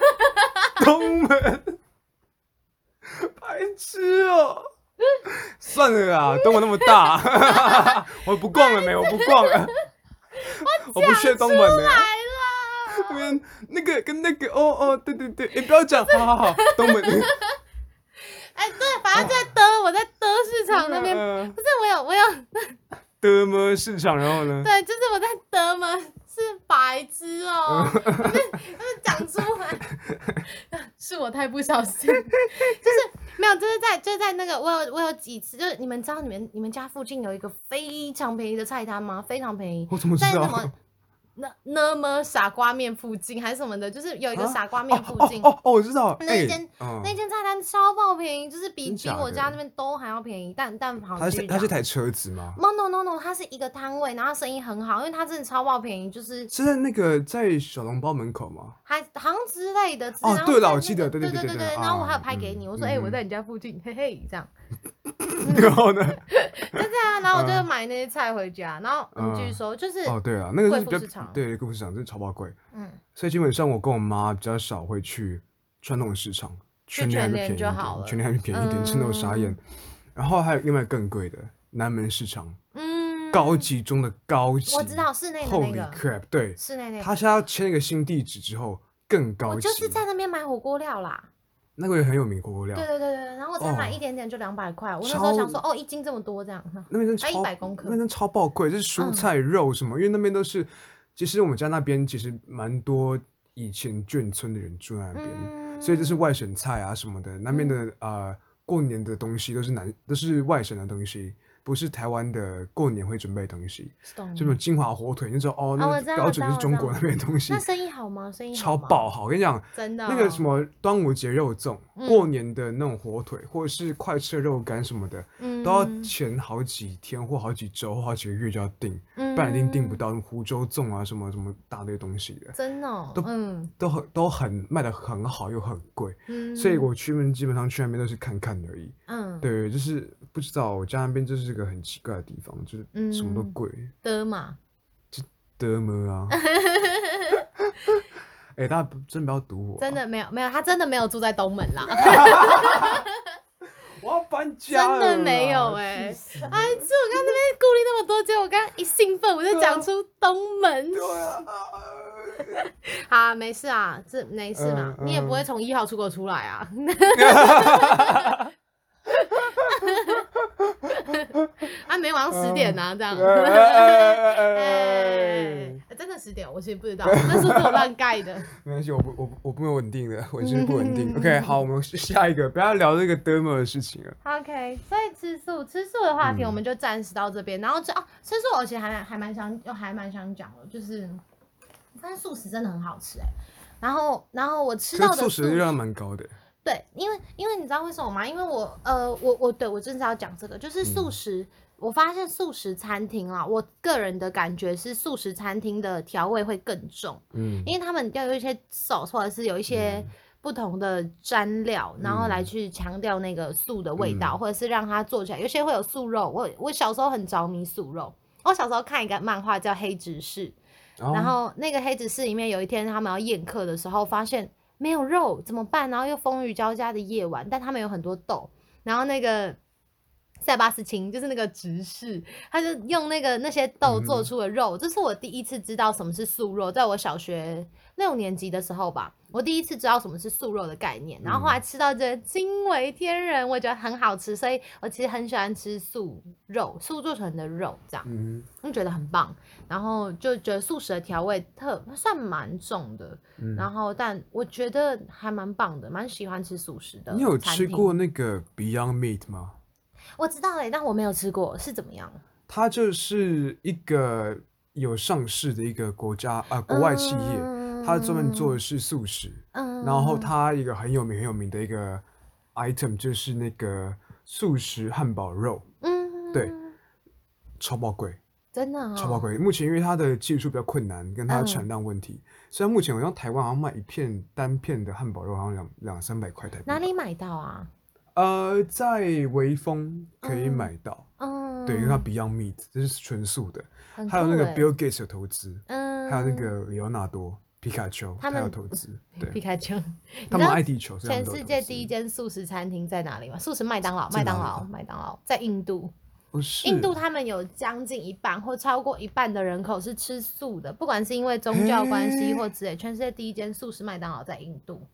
B: 东门，白痴哦、算了啦，东门那么大， 我不逛了没？我不逛 了， 我不去东门了。那边那个跟那个，哦哦，对对对，你、不要讲，好好好，东门
A: 哎、对，反正就在德，我在德市场那边，
B: 呃
A: 不是我有我有，
B: 德么市场，然后呢？
A: 对，就是我在德门是白痴哦、不是不是讲出来， 是我太不小心，就是没有，就是在就是在那个我有我有几次，就是你们知道你们你们家附近有一个非常便宜的菜摊吗？非常便宜，
B: 哦我怎么知
A: 在什
B: 道
A: 么？那那么傻瓜面附近还是什么的，就是有一个
B: 啊
A: 傻瓜面附
B: 哦
A: 近，
B: 哦哦，我知道，
A: 那
B: 哎
A: 间
B: 嗯
A: 那间菜单超爆便宜，就是比
B: 真
A: 比
B: 假
A: 我
B: 的
A: 家那边都还要便宜，但但好
B: 它
A: 继
B: 是
A: 续
B: 它啊是
A: 讲
B: 台车子吗？
A: No no no no，它是一个摊位，然后生意很好，因为它真的超爆便宜，就是
B: 是在那个在小笼包门口吗？
A: 还好像之类的。
B: 哦
A: 然后
B: 对了
A: 在
B: 我
A: 那
B: 记
A: 个
B: 得对
A: 对
B: 对对
A: 对
B: 对对
A: 然后我还有
B: 啊
A: 拍给你，
B: 嗯
A: 我说哎，我
B: 嗯
A: 在你家附近，嘿嘿，这样。嗯
B: 然后呢？
A: 就这样，然后我就
B: 嗯
A: 买那些菜回家，然后你继续
B: 嗯
A: 说，就是
B: 哦，对啊，那个
A: 贵
B: 是
A: 妇
B: 比较
A: 市场
B: 对贵妇市场，真的超爆贵。
A: 嗯，
B: 所以基本上我跟我妈比较少会去传统市场，
A: 去
B: 全年还
A: 全
B: 会
A: 联
B: 便宜一
A: 就
B: 点
A: 好了
B: 全年还会便宜一点，真的我傻眼
A: 嗯。
B: 然后还有另外更贵的南门市场，
A: 嗯，
B: 高级中的高级，
A: 我知道室内的那
B: ，Holy
A: 个
B: crap！对，
A: 室内那个，
B: 他现在要签一个新地址之后更高
A: 我
B: 级，
A: 就是在那边买火锅料啦。
B: 那个也很有名火锅料
A: 对，对对对，然后我才买
B: 哦
A: 一点点就两百块，我那时候想说哦，一斤这么多这样。
B: 那边真
A: 啊
B: 超
A: 100公克嗯
B: 那边超爆贵，就是蔬菜肉什么，因为那边都是，其实我们家那边其实蛮多以前眷村的人住在那边。
A: 嗯，
B: 所以就是外省菜啊什么的，那边的、呃过年的东西都是南都是外省的东西，不是台湾的过年会准备的东西，
A: 嗯懂
B: 就什么金华火腿，你就知道
A: 啊
B: 哦，那
A: 我知
B: 个
A: 道
B: 标
A: 我
B: 准
A: 知
B: 就是
A: 道
B: 中
A: 我知
B: 国
A: 道
B: 那边的东西
A: 那，生意好吗？生意好
B: 超
A: 吗，
B: 爆好。我跟你讲，
A: 真的哦、
B: 那个什么端午节肉粽，
A: 嗯
B: 过年的那种火腿或者是快吃肉干什么的，
A: 嗯，
B: 都要前好几天或好几周或好几个月就要订，
A: 嗯
B: 不然一定订不
A: 到，
B: 到。湖州粽啊什么什么大堆东西的，
A: 真的哦、
B: 都
A: 嗯
B: 都很都很卖的很好又很贵。
A: 嗯，
B: 所以我去那边基本上去那边都是看看而已。
A: 嗯
B: 对，就是不知道我家那边就是个很奇怪的地方，就是什么都
A: 嗯
B: 贵，
A: 的嘛，
B: 德 么啊。哎、大家不真不要堵我、啊
A: 真，的没有没有，他真的没有住在东门啦，
B: 我要搬
A: 真
B: 家
A: 的没有
B: 哎、
A: 哎、
B: 气
A: 哎，是我刚刚那边顾虑那么多，结果我刚刚一兴奋我就讲出东门，
B: 啊对啊，
A: 好、啊，没事啊，这没事嘛，
B: 嗯
A: 你也不会
B: 嗯
A: 从一号出口出来啊，啊，每晚上十点呐、这样。
B: 哎哎哎哎哎
A: 哎，真的十点，我其实不知道，那数字我乱盖的。
B: 没关系，我不，我不我不稳定的，我就是不稳定。OK，好，我们下一个，不要聊这个 demo 的事情了。
A: OK，所以吃素吃素的话题我们就暂时到这边。然后这哦，吃素我其实还蛮还蛮想，又还蛮想讲的，就是我发现素食真的很好吃哎、然后然后我吃
B: 其
A: 到
B: 实
A: 的
B: 素食热量蛮高的，
A: 对，因为因为你知道为什么吗？因为我呃，我我对我正是要讲这个，就是素食。我发现素食餐厅啊，我个人的感觉是素食餐厅的调味会更重，
B: 嗯，
A: 因为他们要有一些 sauce 或者是有一些不同的蘸料，然后来去强调那个素的味道，或者是让它做起来。有些会有素肉，我我小时候很着迷素肉。我小时候看一个漫画叫《黑执事》，然后那个黑执事里面有一天他们要宴客的时候，发现没有肉怎么办？然后又风雨交加的夜晚，但他们有很多豆。然后那个塞巴斯琴就是那个执事，他就用那个那些豆做出了肉。这是我第一次知道什么是素肉，在我小学六年级的时候吧，我第一次知道什么是素肉的概念。然后后来吃到这惊为天人，我觉得很好吃，所以我其实很喜欢吃素肉，素做成的肉这样。
B: 嗯
A: 就觉得很棒，然后就觉得素食的调味特算蛮重的，
B: 嗯
A: 然后但我觉得还蛮棒的，蛮喜欢吃素食的。
B: 哼，你有吃过？那个 Beyond Meat 吗？
A: 我知道嘞，欸但我没有吃过，是怎么样？
B: 它就是一个有上市的一个国家啊、呃国外企业，它专门做的是素食。
A: 嗯，嗯
B: 然后它一个很有名很有名的一个 item 就是那个素食汉堡肉，
A: 嗯，
B: 对超爆贵，
A: 真的、哦，
B: 超爆贵。目前因为它的技术比较困难，跟
A: 嗯
B: 它的产量问题，虽然目前好像台湾好像卖一片单片的汉堡肉好像两两三百块台币，
A: 哪里买到啊？
B: 呃，在微风可以买到，
A: 嗯，
B: 对，因为它 Beyond Meat 这是纯素的，
A: 很
B: 还有那
A: 酷
B: 个
A: 欸
B: Bill Gates 有投资，
A: 嗯，
B: 还有那个里奥纳多。皮卡丘，
A: 他
B: 他
A: 们嗯
B: 有投资，
A: 皮
B: 对，
A: 卡 丘，
B: 他们爱地球，所以他
A: 全
B: 们都有
A: 世
B: 投
A: 界
B: 资
A: 第一，间素食餐厅在哪里吗？素食麦当劳，
B: 在
A: 麦
B: 哪
A: 当
B: 里
A: 劳，
B: 啊
A: 麦当劳在印度。
B: 哦是
A: 印度他们有将近一半或超过一半的人口是吃素的，不管是因为宗教关系
B: 嘿
A: 或之类，全世界第一间素食麦当劳在印度。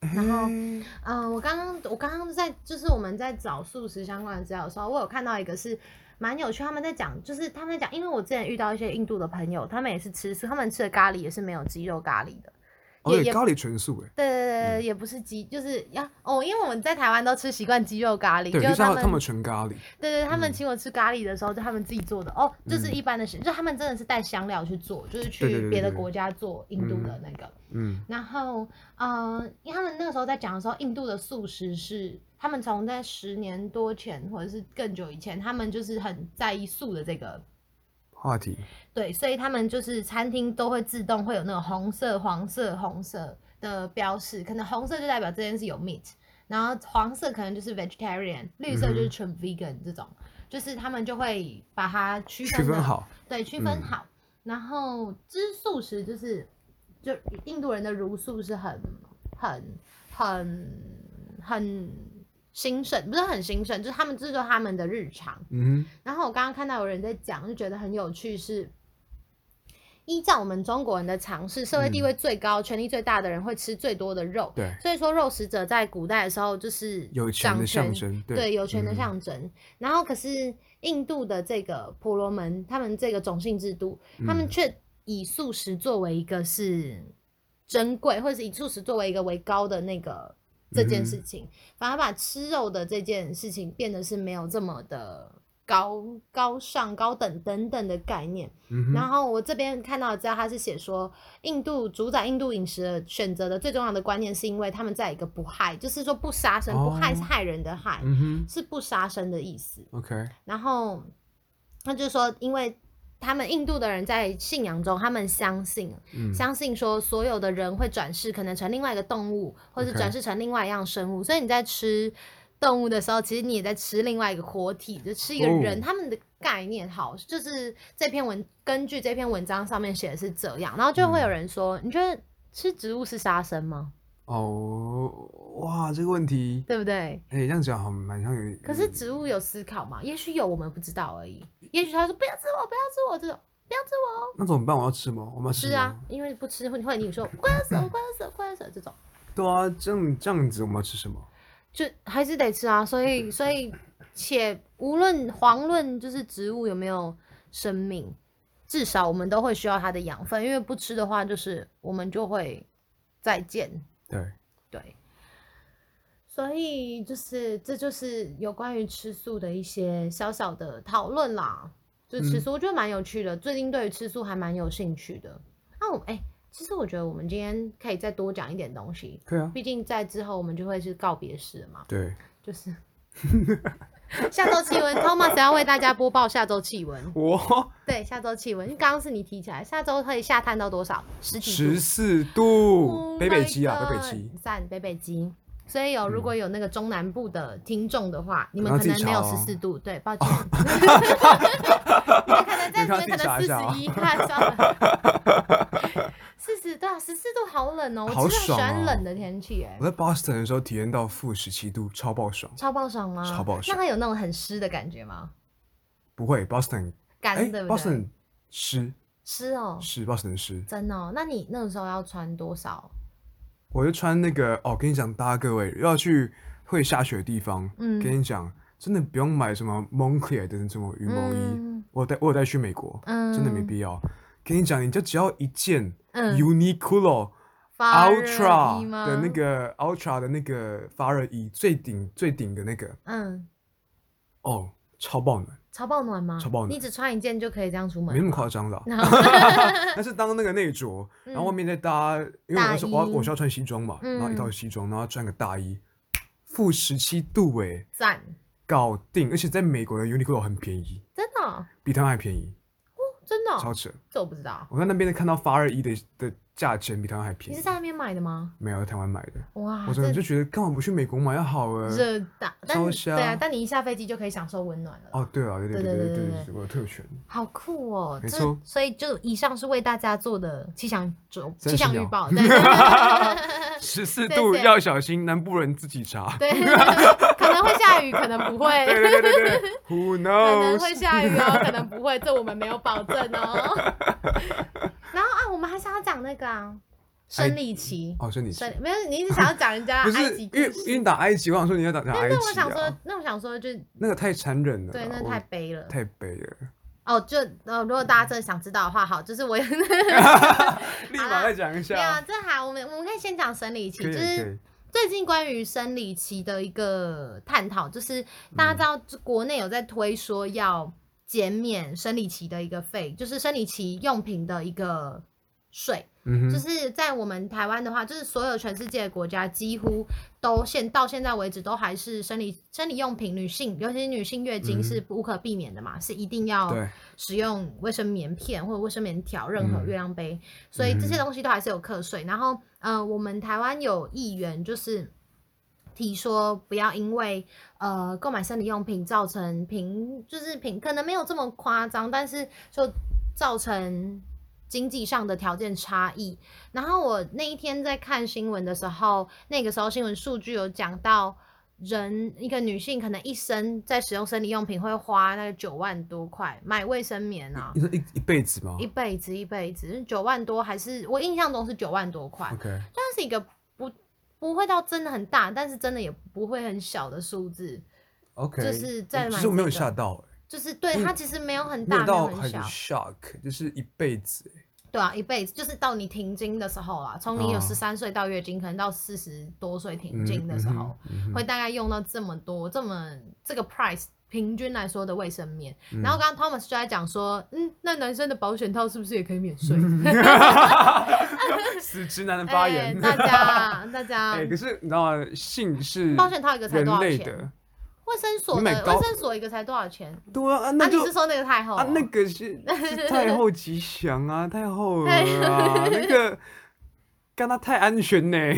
A: 然后
B: 嘿哦
A: 嗯、我刚刚我刚刚在就是我们在找素食相关的资料的时候，我有看到一个是蛮有趣，他们在讲，就是他们在讲，因为我之前遇到一些印度的朋友，他们也是吃素，他们吃的咖喱也是没有鸡肉咖喱的。
B: 哦，
A: 也
B: 对，
A: 也
B: 咖喱纯素哎，
A: 对对对对，也不是鸡，就是要哦，因为我们在台湾都吃习惯鸡肉咖喱，
B: 对，就
A: 就是他
B: 他
A: 们
B: 他们纯咖喱，
A: 对对，他们请我吃咖喱的时候，就他们自己做的哦，就是
B: 嗯
A: 一般的食，就他们真的是带香料去做，就是
B: 对对
A: 去
B: 对
A: 别的
B: 对
A: 国家做印度的那个。
B: 嗯
A: 然后，呃，因为他们那个时候在讲的时候，印度的素食是他们从在十年多前或者是更久以前，他们就是很在意素的这个。
B: 话题，
A: 对，所以他们就是餐厅都会自动会有那种红色、黄色、红色的标示，可能红色就代表这件是有 meat，然后黄色可能就是 vegetarian，绿色
B: 嗯
A: 就是纯 vegan 这种，就是他们就会把它区
B: 区
A: 分
B: 分
A: 得，
B: 好，
A: 对，区分
B: 嗯
A: 好。然后吃素食就是，就印度人的茹素是很、很、很、很兴盛，不是很兴盛，就是他们这就是他们的日常。
B: 嗯
A: 然后我刚刚看到有人在讲，就觉得很有趣是，依照我们中国人的常识，社会地位最高、权力最大的人会吃最多的肉
B: 哼，。嗯对，
A: 所以说，肉食者在古代的时候就是
B: 有钱
A: 掌
B: 的象
A: 权，
B: 征，
A: 对有权的
B: 嗯
A: 象征。然后，可是印度的这个婆罗门，他们这个种姓制度，他
B: 嗯
A: 们却以素食作为一个是珍贵，或者是以素食作为一个为高的那个这件
B: 嗯
A: 事情，反而把吃肉的这件事情变得是没有这么的高高尚、高等等等的概念。
B: 嗯哼，
A: 然后我这边看到的资料，他是写说，印度主宰印度饮食的选择的最重要的观念，是因为他们在一个不害，就是说不杀生，不害是
B: 哦
A: 害人的害，
B: 嗯哼
A: 是不杀生的意思。
B: ，OK，
A: 然后他就说，因为他们印度的人在信仰中，他们相信，
B: 嗯
A: 相信说所有的人会转世，可能成另外一个动物，或是
B: OK
A: 转世成另外一样生物。所以你在吃动物的时候，其实你也在吃另外一个活体，就吃一个人。
B: 哦
A: 他们的概念好，就是这篇文根据这篇文章上面写的是这样，然后就会
B: 嗯
A: 有人说，你觉得吃植物是杀生吗？
B: 哦，哇，这个问题，
A: 对不对？
B: 哎，这样讲好蛮像有，
A: 可是植物有思考吗？也许有，我们不知道而已。也许他说不要吃我，不要吃我这种，不要吃我哦。
B: 那怎么办？我要吃吗？我们要吃
A: 吃啊
B: 吗？，
A: 因为不吃会会你说怪死了，怪死了，怪死了这种，
B: 对啊，这样这样子我们要吃什么？
A: 就还是得吃啊。所以所以且无论遑论就是植物有没有生命，至少我们都会需要它的养分，因为不吃的话，就是我们就会再见。
B: 对，
A: 对，所以就是这就是有关于吃素的一些小小的讨论啦。就吃素，我觉得蛮有趣的。最近对于吃素还蛮有兴趣的。那我哎、其实我觉得我们今天可以再多讲一点东西，
B: 可以啊，
A: 毕竟在之后我们就会是告别式了嘛。
B: 对，
A: 就是下周气温，Thomas 要为大家播报下周气温。
B: 我
A: 对，下周气温，因为刚刚是你提起来，下周会下探到多少？十几度
B: 十。四度，
A: Oh
B: 嗯北北基啊，
A: my
B: 北北
A: god，
B: 基，
A: 赞北北基。所以有如果有那个中南部的听众的话，你们
B: 可能
A: 可
B: 自己
A: 能没有
B: 查
A: 十
B: 哦
A: 四度，对， 抱歉。 你们可能在
B: 你们
A: 你们可能
B: 自
A: 四
B: 己查哦
A: 十 一，看算了。四十对啊，十四度好冷哦，
B: 好
A: 我真的很喜
B: 爽
A: 欢
B: 哦
A: 冷的天气哎
B: 我，在 Boston 的时候体验到负十七度，超爆爽。
A: 超爆爽吗？
B: 超爆爽
A: 那它有那种很湿的感觉吗？不
B: 不会，Boston，哎
A: 干对不对？
B: ，Boston 湿
A: 湿哦，
B: 湿，Boston 湿。
A: 真的哦。那你那个时候要穿多少？
B: 我就穿那个哦，跟你讲，大家各位要去会下雪的地方，
A: 嗯
B: 跟你讲，真的不用买什么 Moncler 的什么羽毛衣，
A: 嗯
B: 我有带我有带去美国，
A: 嗯
B: 真的没必要。跟你讲，你就只要一件
A: 嗯
B: Uniqlo、
A: 发热衣
B: Ultra
A: 吗
B: 的那个 Ultra 的那个发热衣，最顶最顶的那个，
A: 嗯，
B: 哦，超爆暖，
A: 超爆暖吗？
B: 超爆暖
A: 你只穿一件就可以这样出门
B: 没 那么夸张啦。啊但是当那个内着，然后外面再搭，
A: 嗯
B: 因为我
A: 大
B: 那时候我要
A: 衣
B: 我是要穿西装嘛，然后一套
A: 嗯
B: 西装，然后穿个大衣，负十七度哎、
A: 赞，
B: 搞定！而且在美国的 Uniqlo 很便宜，
A: 真的哦、
B: 比台湾还便宜，
A: 真的哦、
B: 超扯！
A: 这我不知道。
B: 我在那边看到发热衣的的价钱比台湾还
A: 你
B: 便宜
A: 是，在那边买的吗？
B: 没有在台湾买的，
A: 哇，
B: 我真的就觉得干嘛不去美国买要好
A: 这
B: 了。
A: 热大，但
B: 超
A: 对
B: 香
A: 啊，但你一下飞机就可以享受温暖了，
B: 哦，对啊，对
A: 对对
B: 对对对
A: 对
B: 对
A: 对
B: 对，我有特权，
A: 好酷哦！
B: 没
A: 这
B: 错
A: 所以就以上是为大家做的气象准气
B: 真
A: 象预
B: 是哦
A: 报，对
B: 十四
A: 谢
B: 度
A: 谢
B: 要小心，南部人自己查。
A: 对，可能会下雨，可能不会，
B: 对对对对对，Who
A: 可能
B: knows？
A: 会下雨 哦，可能不会，这我们没有保证哦。然后啊，我们还想要讲那个啊，生理期，
B: 哦，是你
A: 生理没有，你一直想要讲人家
B: 不
A: 埃
B: 是
A: 及
B: 因
A: 故
B: 为因为
A: 事，
B: 你打埃及，我想说你要打打埃
A: 但是我
B: 及
A: 想说
B: 啊，，
A: 那我想说就
B: 那个太残忍了啦，
A: 对，那
B: 我
A: 太悲了。
B: 太悲了，
A: 哦，就呃，如果大家真的想知道的话，好，就是我
B: 立马再讲一
A: 没有啊，
B: 下，
A: 这还我们我们可以先讲生理期，
B: 可
A: 就
B: 以
A: 是
B: 可以，
A: 最近关于生理期的一个探讨，就是大家知道就国内有在推说要减免生理期的一个费，就是生理期用品的一个税，
B: 嗯哼，
A: 就是在我们台湾的话，就是所有全世界的国家几乎都现到现在为止都还是生理生理用品，女性尤其是女性月经
B: 嗯
A: 是无可避免的嘛，是一定要
B: 对，
A: 使用卫生棉片或者卫生棉条，任何
B: 嗯
A: 月亮杯，所以这些
B: 嗯
A: 东西都还是有课税。然后，呃，我们台湾有议员就是提说，不要因为呃购买生理用品造成贫，就是贫，可能没有这么夸张，但是就造成经济上的条件差异。然后我那一天在看新闻的时候，那个时候新闻数据有讲到。人一个女性可能一生在使用生理用品会花那个九万多块买卫生棉啊，
B: 你说一一辈子吗
A: 一辈子一辈子九万多还是我印象中是九万多块，
B: ？OK，
A: 算是一个不不会到真的很大，但是真的也不会很小的数字，
B: OK，
A: 就是在
B: 其
A: 买
B: 实我没有
A: 这个
B: 吓到、欸，
A: 就是对
B: 嗯
A: 它其实没有很大，
B: 没有
A: 没有
B: 到
A: 很
B: 很
A: 小，
B: shock，就是一辈子、欸，
A: 对啊，一辈子就是到你停经的时候啊，从你有
B: 哦
A: 十三岁到月经，可能到四十多岁停
B: 嗯
A: 经的时候，，
B: 嗯哼嗯哼
A: 会大概用到这么多这么这个 price。平均来说的卫生棉，
B: 嗯
A: 然后刚刚 Thomas 就在讲说，嗯，那男生的保险套是不是也可以免税？
B: 嗯 死直男的
A: 哎
B: 发言，
A: 大家大家，
B: 哎、可是你知道吗？性是
A: 保险套一个才
B: 人
A: 多少
B: 类
A: 钱？
B: 的，
A: 卫生所
B: 你
A: 的
B: 买高
A: 卫生所一个才多少钱？
B: 对啊，啊
A: 啊，
B: 那
A: 你
B: 就是
A: 说那个太后哦？
B: 啊那个是是太后吉祥啊，太后了
A: 太
B: 啊，那个。干他太安全呢、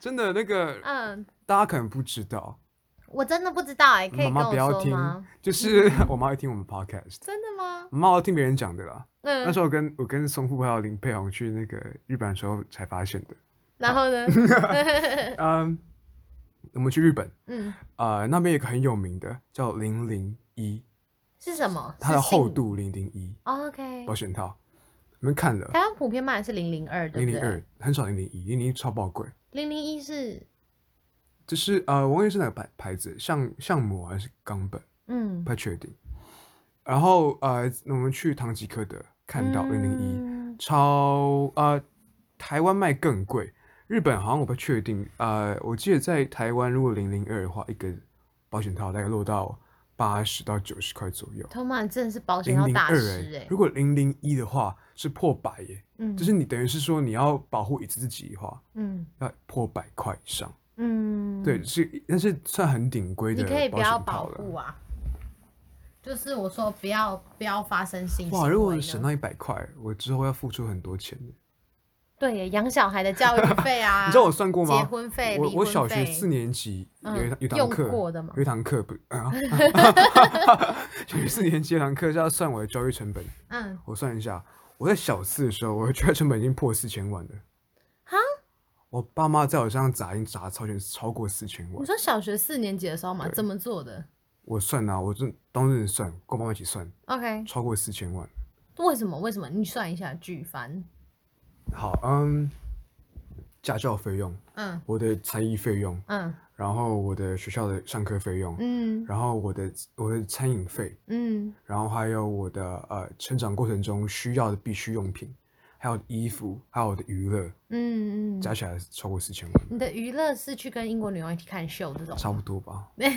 B: 真的那个
A: 嗯，
B: 大家可能不知道，
A: 我真的不知道哎，可以
B: 妈
A: 跟
B: 妈
A: 我
B: 不要
A: 说
B: 听
A: 吗？，
B: 就是
A: 嗯
B: 我妈会听我们 podcast，
A: 真的吗？
B: 我妈会听别人讲的啦。那
A: 嗯
B: 时，候我跟我跟松户还有林佩宏去那个日本的时候才发现的。
A: 然后呢？
B: 嗯，我们去日本，
A: 嗯，
B: 呃，那边有一个很有名的叫零零一，
A: 是什么？
B: 它的
A: 是姓
B: 厚。度零零一
A: OK，
B: 保险套，你们看了
A: 台湾普遍卖的是零零二，对
B: 零
A: 不
B: 零
A: 对？
B: 二很少零零一，零零一超爆贵，
A: 零零一是
B: 这是呃，我忘记是哪个牌牌子，橡橡膜还是冈本，
A: 嗯
B: 不，太确定。然后呃，我们去唐吉诃德看到零零一，
A: 嗯
B: 超呃，台湾卖更贵，日本好像我不确定，呃，我记得在台湾如果零零二的话，一个保险套大概落到八十到九十块左右。
A: 托马真的是保险
B: 零
A: 要
B: 零
A: 大
B: 二
A: 师
B: 哎
A: 哎，
B: 如，果零零一的话是破百耶，
A: 嗯，
B: 就是你等于是说你要保护一次自己的话，
A: 嗯
B: 要破百块以上。
A: 嗯，
B: 对，是但是算很顶规
A: 你
B: 的
A: 可以不
B: 保
A: 要
B: 险
A: 保
B: 套了
A: 护。啊，就是我说不要不要发生性行为
B: 哇，
A: 呢。
B: 如果省到一百块，我之后要付出很多钱耶。
A: 对耶，养小孩的教育费啊，
B: 你知道我算过吗？
A: 结婚费、
B: 我
A: 离
B: 我
A: 婚
B: 小学
A: 费
B: 四年级
A: 嗯
B: 有一堂有一堂
A: 用
B: 课，
A: 过的吗
B: 有一堂课不啊， 小学四年级有一堂课是要算我的教育成本。
A: 嗯，
B: 我算一下，我在小四的时候，我的教育成本已经破四千万了。
A: 哈？
B: 我爸妈在我身上砸已经砸超前超过四千
A: 你
B: 万。
A: 说小学四年级的时候嘛，
B: 对
A: 怎么做的
B: 我算啊，我真当时算，跟我爸妈一起算，
A: ？OK，
B: 超过四千万。
A: 为什么？为什么？你算一下，举凡，
B: 好，嗯，家教费用，
A: 嗯
B: 我的才艺费用，
A: 嗯
B: 然后我的学校的上课费用，
A: 嗯
B: 然后我的我的餐饮费，
A: 嗯
B: 然后还有我的呃成长过程中需要的必需用品，还有衣服，还有我的娱乐，
A: 嗯嗯，
B: 加起来超过四千万，
A: 你的娱乐是去跟英国女王一起看秀这种
B: 差
A: 吗？。
B: 不多吧
A: 嗯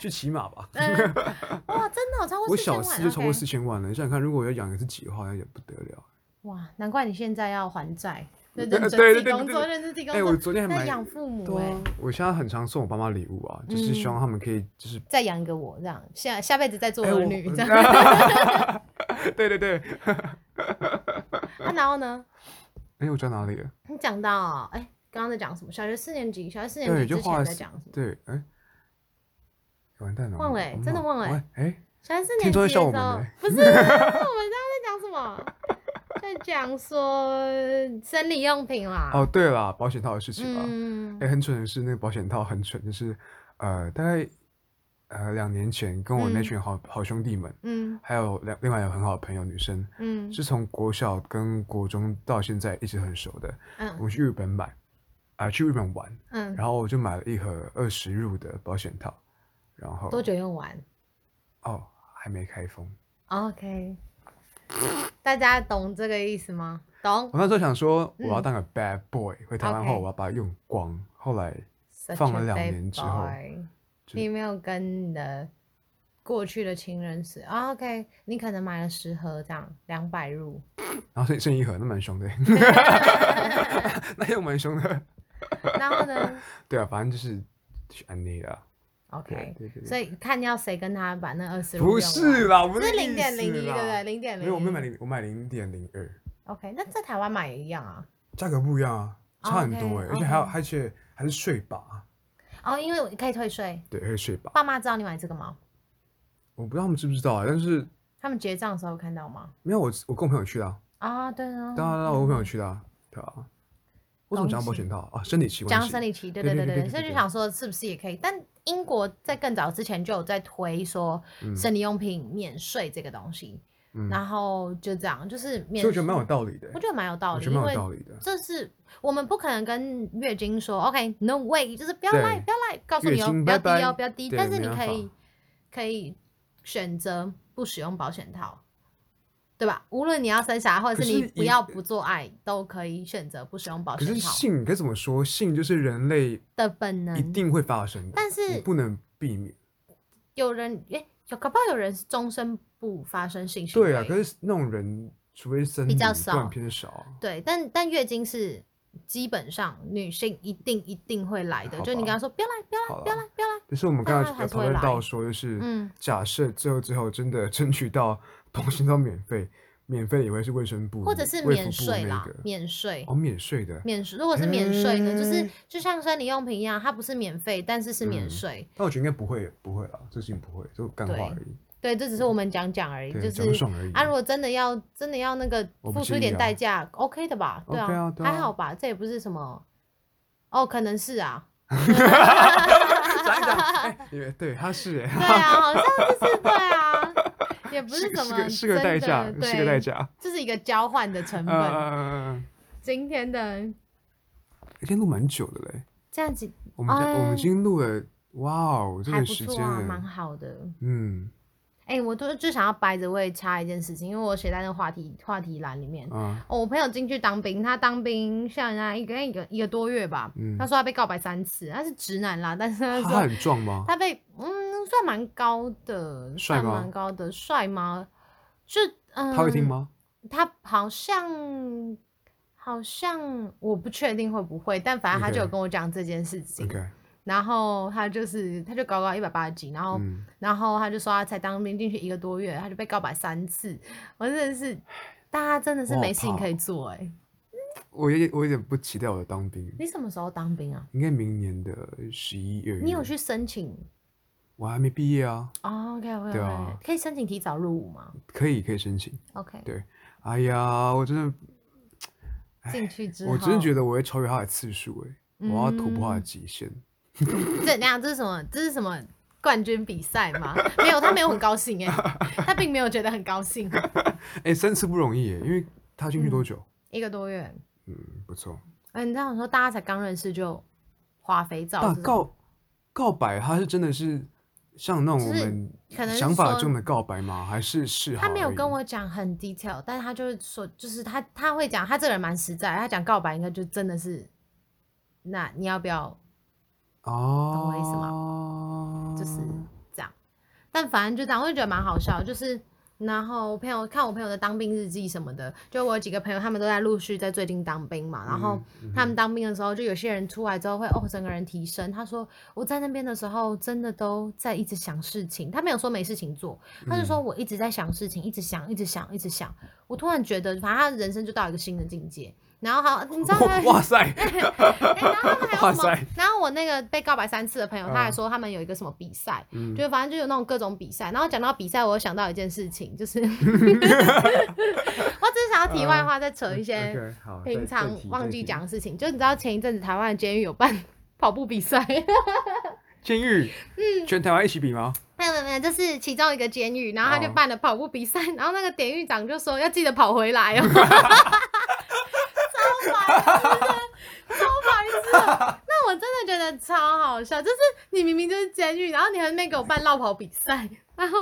B: 去骑马吧，
A: 哇，真的哦超过4000
B: 我小
A: 万
B: 四就超过
A: OK
B: 四千万了。你想想看，如果我要养一只鸡的话，那也不得了。
A: 哇，难怪你现在要还债，认真
B: 呃
A: 自
B: 对
A: 己
B: 对对
A: 工
B: 对
A: 作，
B: 对
A: 认真自己工
B: 哎，我
A: 作，
B: 昨天还
A: 在
B: 买，
A: 养父母嗯
B: 对
A: 哎
B: 啊。我现在很常送我爸妈礼物啊，就是希望他们可以就是
A: 再养一个我这样，下下辈子再做
B: 哎
A: 儿
B: 我
A: 女这样。
B: 样。 对对对，
A: 啊，然后呢？
B: 哎，我讲哪里了？
A: 你讲到哎，刚刚在讲什么？小学四年级，小学四年
B: 对，
A: 级
B: 就
A: 之
B: 花
A: 前
B: 了
A: 在
B: 四
A: 讲什么？
B: 对，哎，完蛋了，
A: 忘了
B: 我
A: 哎真的忘了哎。
B: 我哎，
A: 小学四年
B: 听
A: 级的时
B: 众在笑
A: 候，
B: 我
A: 不是
B: 们
A: 我们
B: 哎
A: 刚刚在讲什么？在讲说生理用品啦。
B: 哦，对了，保险套的事情啊。
A: 嗯
B: 哎、很蠢的是那个保险套很蠢，就是呃，大概呃两年前跟我那
A: 嗯
B: 群好、好兄弟们，
A: 嗯
B: 还有两另外有很好的朋友女生，
A: 嗯
B: 是从国小跟国中到现在一直很熟的。我
A: 嗯
B: 们去日本买，啊、去日本玩，
A: 嗯，
B: 然后我就买了一盒二十入的保险套，然后
A: 多久用完
B: 哦还没开封。
A: ？OK，大家懂这个意思吗？懂
B: 我那时候想说我要
A: 嗯
B: 当个 bad boy，、回台湾后
A: OK
B: 我要把它用光。后来
A: Such
B: 放
A: a
B: 了两
A: bad
B: 年之后
A: boy
B: 就
A: 你没有跟你的过去的情人死啊、o k 你可能买了十盒这样，两百 入，
B: 然后剩剩一盒，那 蛮凶的， 那又蛮凶的。
A: 然后呢
B: 对啊，反正就是去安内啦。
A: ，OK，
B: 啊对对对
A: 所以看要谁跟他把那二十入
B: 不
A: 用
B: 是
A: 完
B: 啦，不
A: 这是
B: 零
A: 零点零一，对不对？？零点零，
B: 没有，我没买零，我买零点零二，
A: OK，那在台湾买也一样啊。
B: 价格不一样啊，差很多哎、
A: 哦 OK，
B: 而且还有，
A: OK
B: 而且还是税吧，
A: 哦，因为我可以退税，
B: 对，还是税吧。
A: 爸妈知道你买这个吗？
B: 我不知道他们知不知道啊，但是
A: 他们结账的时候有看到吗？
B: 没有我，我跟我朋友去的、啊，
A: 啊，对啊，
B: 当然啦，我跟朋友去的、啊，对啊。为什么讲保险套啊？啊生理期关
A: 讲
B: 系。
A: 生理期，对
B: 对
A: 对
B: 对
A: 对
B: 对
A: 对，
B: 对
A: 所以
B: 对
A: 就想说是不是也可以？但英国在更早之前就有在推说生理用品免税这个东西，
B: 嗯
A: 然后就这样，就是
B: 所
A: 免
B: 以我觉得蛮有
A: 税，
B: 道理的欸、
A: 我觉得蛮有道
B: 我
A: 理，
B: 觉得
A: 因
B: 蛮
A: 为
B: 有道理的。
A: 这是我们不可能跟月经说 OK，no、way，就是不要赖，
B: 对
A: 不要赖，告诉你
B: 月
A: 哦，
B: 经
A: 不要
B: 拜
A: 低
B: 拜
A: 哦，不要低，
B: 对
A: 但是
B: 没
A: 你
B: 办
A: 可
B: 法
A: 以可以选择不使用保险套。对吧？无论你要生小孩，或者
B: 可
A: 是你
B: 是
A: 不
B: 一
A: 要不做爱，都可以选择不使用保
B: 可
A: 险
B: 是
A: 套
B: 性该怎么说？性就是人类
A: 的本能。
B: 一定会发生的，
A: 但是
B: 你不能避免。
A: 有人诶，有搞不好有人是终身不发生性行为。
B: 对啊，可是那种人，除非是生
A: 比较
B: 理不然
A: 少
B: 偏少啊。
A: 对但但月经是基本上女性一定一定会来的，
B: 好
A: 就你
B: 吧
A: 跟她说不要来，不要
B: 好
A: 来，不要
B: 啦
A: 来，不要来，
B: 就是我们刚
A: 但
B: 才
A: 它还
B: 有
A: 是
B: 讨
A: 会
B: 论到
A: 来
B: 说，就是
A: 嗯
B: 假设最后最后真的争取到 保险到免费，免费也会是卫生部
A: 或者是
B: 卫
A: 免
B: 福部
A: 税
B: 那
A: 啦
B: 个，
A: 免税。
B: 哦，免税的。
A: 免税，如果是免税呢，就是
B: 嗯
A: 就像生理用品一样，它不是免费，但是是免
B: 嗯
A: 税。
B: 但我觉得应该不会，不会啦，这事情不会，就干话
A: 对
B: 而已，
A: 对，这只是我们讲讲而已，
B: 对，
A: 就
B: 讲
A: 是
B: 爽而已。
A: 啊，如果真的要真的要那个
B: 我不
A: 付出
B: 介
A: 一
B: 意
A: 点
B: 啊
A: 代价，OK 的吧？对
B: OK 啊对
A: 还
B: 啊
A: 好吧，这也不是什么哦，可能是啊，
B: 讲一讲， 哎，也对，他是哎，
A: 对啊，好像就是对啊，也不是
B: 欸是
A: 什
B: 是
A: 么
B: 个是个代
A: 真
B: 价
A: 的，
B: 是
A: 对
B: 个代，价。
A: 这是一个交换的成
B: 嗯哎
A: 本。
B: 嗯嗯嗯，
A: 今天的
B: 今天录蛮久的嘞，
A: 这样子
B: 我们这、我
A: 哎
B: 们已经录了，哇哦，这
A: 还
B: 个
A: 不
B: 时
A: 错
B: 间
A: 啊，
B: 了
A: 蛮好的。
B: 嗯
A: 哎、我都就想要掰着位插一件事情，因为我写在那个话题话题栏里面。
B: 啊，
A: 哦，我朋友进去当兵，他当兵像人家一个一个一个多月吧，
B: 嗯
A: 他说他被告白三次，他是直男啦，但是他
B: 他
A: 说
B: 很壮吗？
A: 他被嗯算蛮高的，
B: 帅
A: 算
B: 吗
A: 蛮高的，帅吗？就嗯，
B: 他会听？吗？
A: 他好像好像我不确定会不会，但反正他就有
B: OK
A: 跟我讲这件事情。
B: OK，
A: 然后他就是他就高高一百八十斤，然后、
B: 嗯，
A: 然后他就说他才当兵进去一个多月，他就被告白三次，我真的是，大家真的是
B: 我好
A: 没事情
B: 怕
A: 可以
B: 哦
A: 做哎、
B: 我有点我有点不期待我的当兵，
A: 你什么时候当兵啊？
B: 应该明年的十一月。
A: 你有？去申请
B: 我还没毕业啊，
A: 哦？OK OK OK，、
B: 对啊
A: 可以申请提早入伍吗
B: 可以可以申请。
A: ？OK，
B: 对哎呀，我真的，
A: 进去之后，
B: 我真的觉得我会超越他的次数哎、
A: 嗯
B: 我要突破他的极限。
A: 这那样这是什么？这是什么冠军比赛吗？没有，他没有很高兴哎、 他并没有觉得很高兴。
B: 哎、三次不容易耶，因为他进去
A: 嗯
B: 多久？
A: 一个多月，
B: 嗯，不错。
A: 嗯，你这样说，大家才刚认识就花肥皂
B: 大
A: 这种，
B: 告告白，他是真的是像那种我
A: 就是
B: 们
A: 可能是
B: 想法
A: 说
B: 中的告白吗？还是是
A: 他没有跟我讲很 detail，但是他就是说，就是他他会讲，他这个人蛮实在，他讲告白应该就真的是，那你要不要
B: 哦，
A: 我意思
B: 吗
A: 就是这样。但反正就这样，我就觉得蛮好笑的。就是，然后我朋友看我朋友的当兵日记什么的，就我有几个朋友他们都在陆续在最近当兵嘛，然
B: 嗯
A: 后他 们当兵的时候，就有些人出来之后会哦整个人提升。他说我在那边的时候真的都在一直想事情，他没有说没事情做，他就说
B: 嗯
A: 我一直在想事情，一直想，一直想，一直想。我突然觉得，反正他的人生就到一个新的境界。然后好，你知 道他
B: 哇 哇塞，
A: 哎然后他们还有什
B: 哇
A: 么
B: 塞？
A: 然后我那个被告白三次的朋友，
B: 嗯
A: 他还说他们有一个什么比赛，就反正就有那种各种比赛。然后讲到比赛，我又想到一件事情， 就是 我只是想要题外话，再扯一些
B: 嗯 OK，好
A: 平常忘记讲的事情。就你知道前一阵子台湾的监狱有办 跑步比赛，
B: 监狱，
A: 嗯
B: 全台湾一起比吗？
A: 没有没有没有，就是其中一个监狱，然后他就
B: 哦
A: 办了跑步比赛，然后那个典狱长就说要记得跑回来哦。 超白痴的，超白痴的！那我真的觉得超好笑，就是你明明就是监狱，然后你还在那边给我办绕跑比赛，然后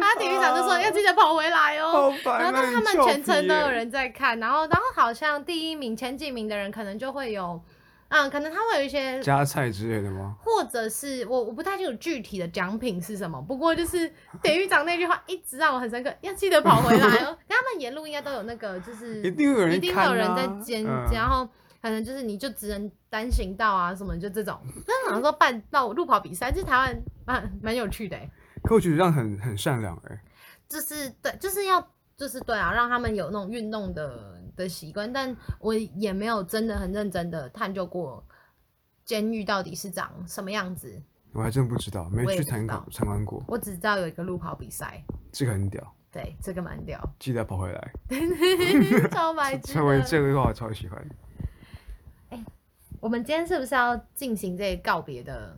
A: 他典狱长就说要记得跑回来哦。
B: 白
A: 然后但他们全程都有
B: 人
A: 人在看，然后然后好像第一名前几名的人可能就会有，嗯，可能他会有一些
B: 加菜之类的吗？
A: 或者是我我不太清楚具体的奖品是什么，不过 就是典狱长那句话一直让我很深刻，要记得跑回来 哦。他们沿路应该都有那个，就是
B: 一定会有人
A: 一定会
B: 看
A: 有人
B: 啊
A: 在监，
B: 嗯
A: 然后可能就是你就只能单行道啊什么，就这种。但是好像说办到路跑比赛，这台湾蛮蛮有趣的欸、
B: 可我觉得这样很很善良哎、
A: 就是对，就是要就是对啊，让他们有那种运动的的习惯。但我也没有真的很认真的探究过监狱到底是长什么样子。
B: 我还真不知道，没
A: 我也
B: 去
A: 不知
B: 参
A: 道
B: 考参观过，
A: 我只知道有一个路跑比赛，
B: 这个很屌，
A: 对，这个蛮屌，
B: 记得跑回来。
A: 超白痴
B: 成为
A: 的。
B: 这个的话，我超喜欢。
A: 我们今天是不是要进行这个告别的？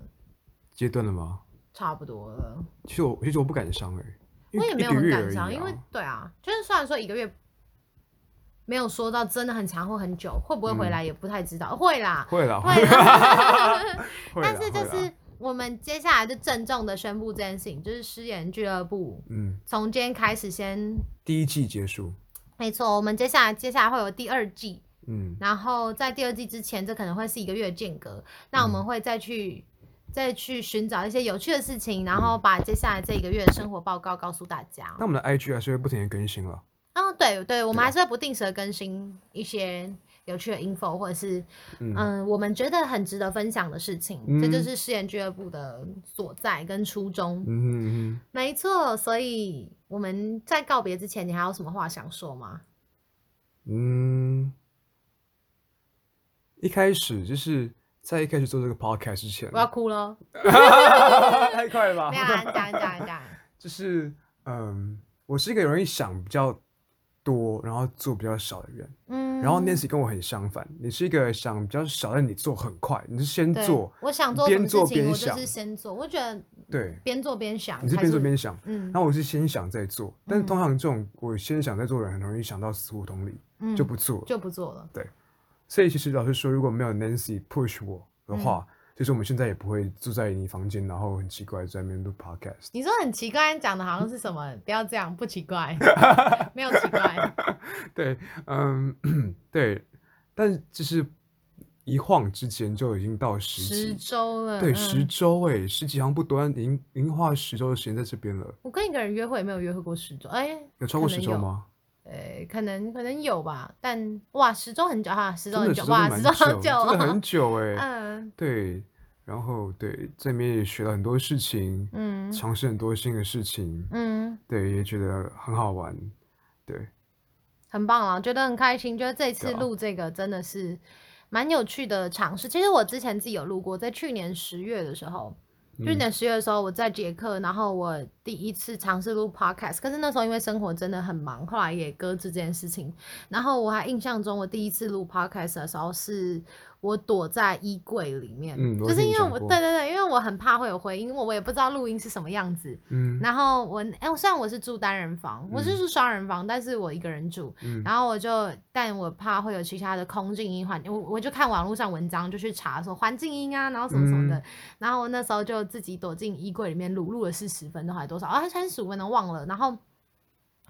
B: 阶段了吗？
A: 差不多了，
B: 其实我其实我不感伤哎、因
A: 我
B: 为
A: 也没有
B: 一个
A: 很
B: 月
A: 感
B: 而已
A: 伤，
B: 啊
A: 因为对啊，就是虽然说一个月没有说到真的很长或很久，会不会
B: 嗯
A: 回来也不太知道，会啦，
B: 会啦，
A: 会
B: 啦，
A: 啦。
B: 会啦
A: 但是就
B: 会
A: 是
B: 啦
A: 我们接下来就郑重的宣布这件事情，就是失言俱乐部
B: 嗯，
A: 从今天开始先，
B: 第一季结束，
A: 没错，我们接下来接下来会有第二季，
B: 嗯，
A: 然后在第二季之前，这可能会是一个月的间隔。那我
B: 嗯
A: 们会再去、再去寻找一些有趣的事情，然后把接下来这一个月的生活报告告诉大家。
B: 那我啊们的 IG 还是会不停的更新了。
A: 哦，对对，我们还是会不定时的更新一些有趣的 info，或者是嗯、我们觉得很值得分享的事情。这就
B: 嗯
A: 是诗言俱乐部的所在跟初衷。
B: 嗯嗯
A: 没错，所以我们在告别之前，你还有什么话想说吗？
B: 嗯，一开始就是在一开始做这个 podcast 之前
A: 我，要哭了，
B: 太快了吧
A: 没有啊，讲讲讲，
B: 就是嗯，我是一个容易想比较多，然后做比较少的人。
A: 嗯，
B: 然后 Nancy 跟我很相反，你是一个想比较少，但你做很快，你是先
A: 对
B: 做，
A: 我想做什
B: 边
A: 么
B: 做
A: 事情，
B: 边
A: 我就
B: 想
A: 是先做。我觉得
B: 对，
A: 边做边想，
B: 你是
A: 还
B: 边做边想。
A: 嗯
B: 然后我是先想再做，但是
A: 嗯
B: 通常这种我先想再做的人，很容易想到死胡同里
A: 嗯
B: 就不做了。
A: 就不做了。
B: 所以其实老实说，如果没有 Nancy push 我，的话，就是我们现在也不会住在你房间，然后很奇怪在那边录 podcast。
A: 你说很奇怪，你讲的好像是什么？不要这样，不奇 怪，没有奇怪。
B: 对，嗯，对，但就是一晃之间就已经到十
A: 十
B: 几，
A: 周了，
B: 对，
A: 嗯
B: 十周哎，十几行不短，已经已经花了十周的时间在这边了，
A: 我跟一个人约会没有约会过十周，哎、
B: 有超过
A: 可
B: 十
A: 能
B: 周
A: 有
B: 吗？
A: 呃，可能可能有吧，但哇，十周很久哈、十周
B: 真
A: 很
B: 的
A: 久
B: 周
A: 哇，
B: 蛮
A: 十
B: 久，
A: 周好久、
B: 真的很
A: 哦，
B: 久 哎、
A: 嗯
B: 对，然后对，这里面也学了很多事情，
A: 嗯
B: 尝试很多新的事情，
A: 嗯，
B: 对，也觉得很好玩，对，
A: 很棒啊，觉得很开心，觉得这次
B: 对啊
A: 录这个真的是蛮有趣的尝试。其实我之前自己有录过，在去年十月的时候，去
B: 嗯
A: 年十月的时候我在捷克，然后我第一次尝试录 podcast，可是那时候因为生活真的很忙，后来也搁置这件事情。然后我还印象中，我第一次录 podcast 的时候是。我躲在衣柜里面，
B: 嗯我
A: 就是
B: 听
A: 因
B: 你
A: 为
B: 讲
A: 我
B: 过
A: 对对对，因为我很怕会有回音，因为我也不知道录音是什么样子。
B: 嗯
A: 然后我，哎、我虽然我是住单人房，我是
B: 嗯
A: 住双人房，但是我一个人住，
B: 嗯
A: 然后我就，但我怕会有其他的空静音环，我我就看网络上文章，就去查说环境音啊，然后什么什么的。
B: 嗯
A: 然后我那时候就自己躲进衣柜里面录，录了四十分钟还是多少啊？还三十五分钟忘了。然后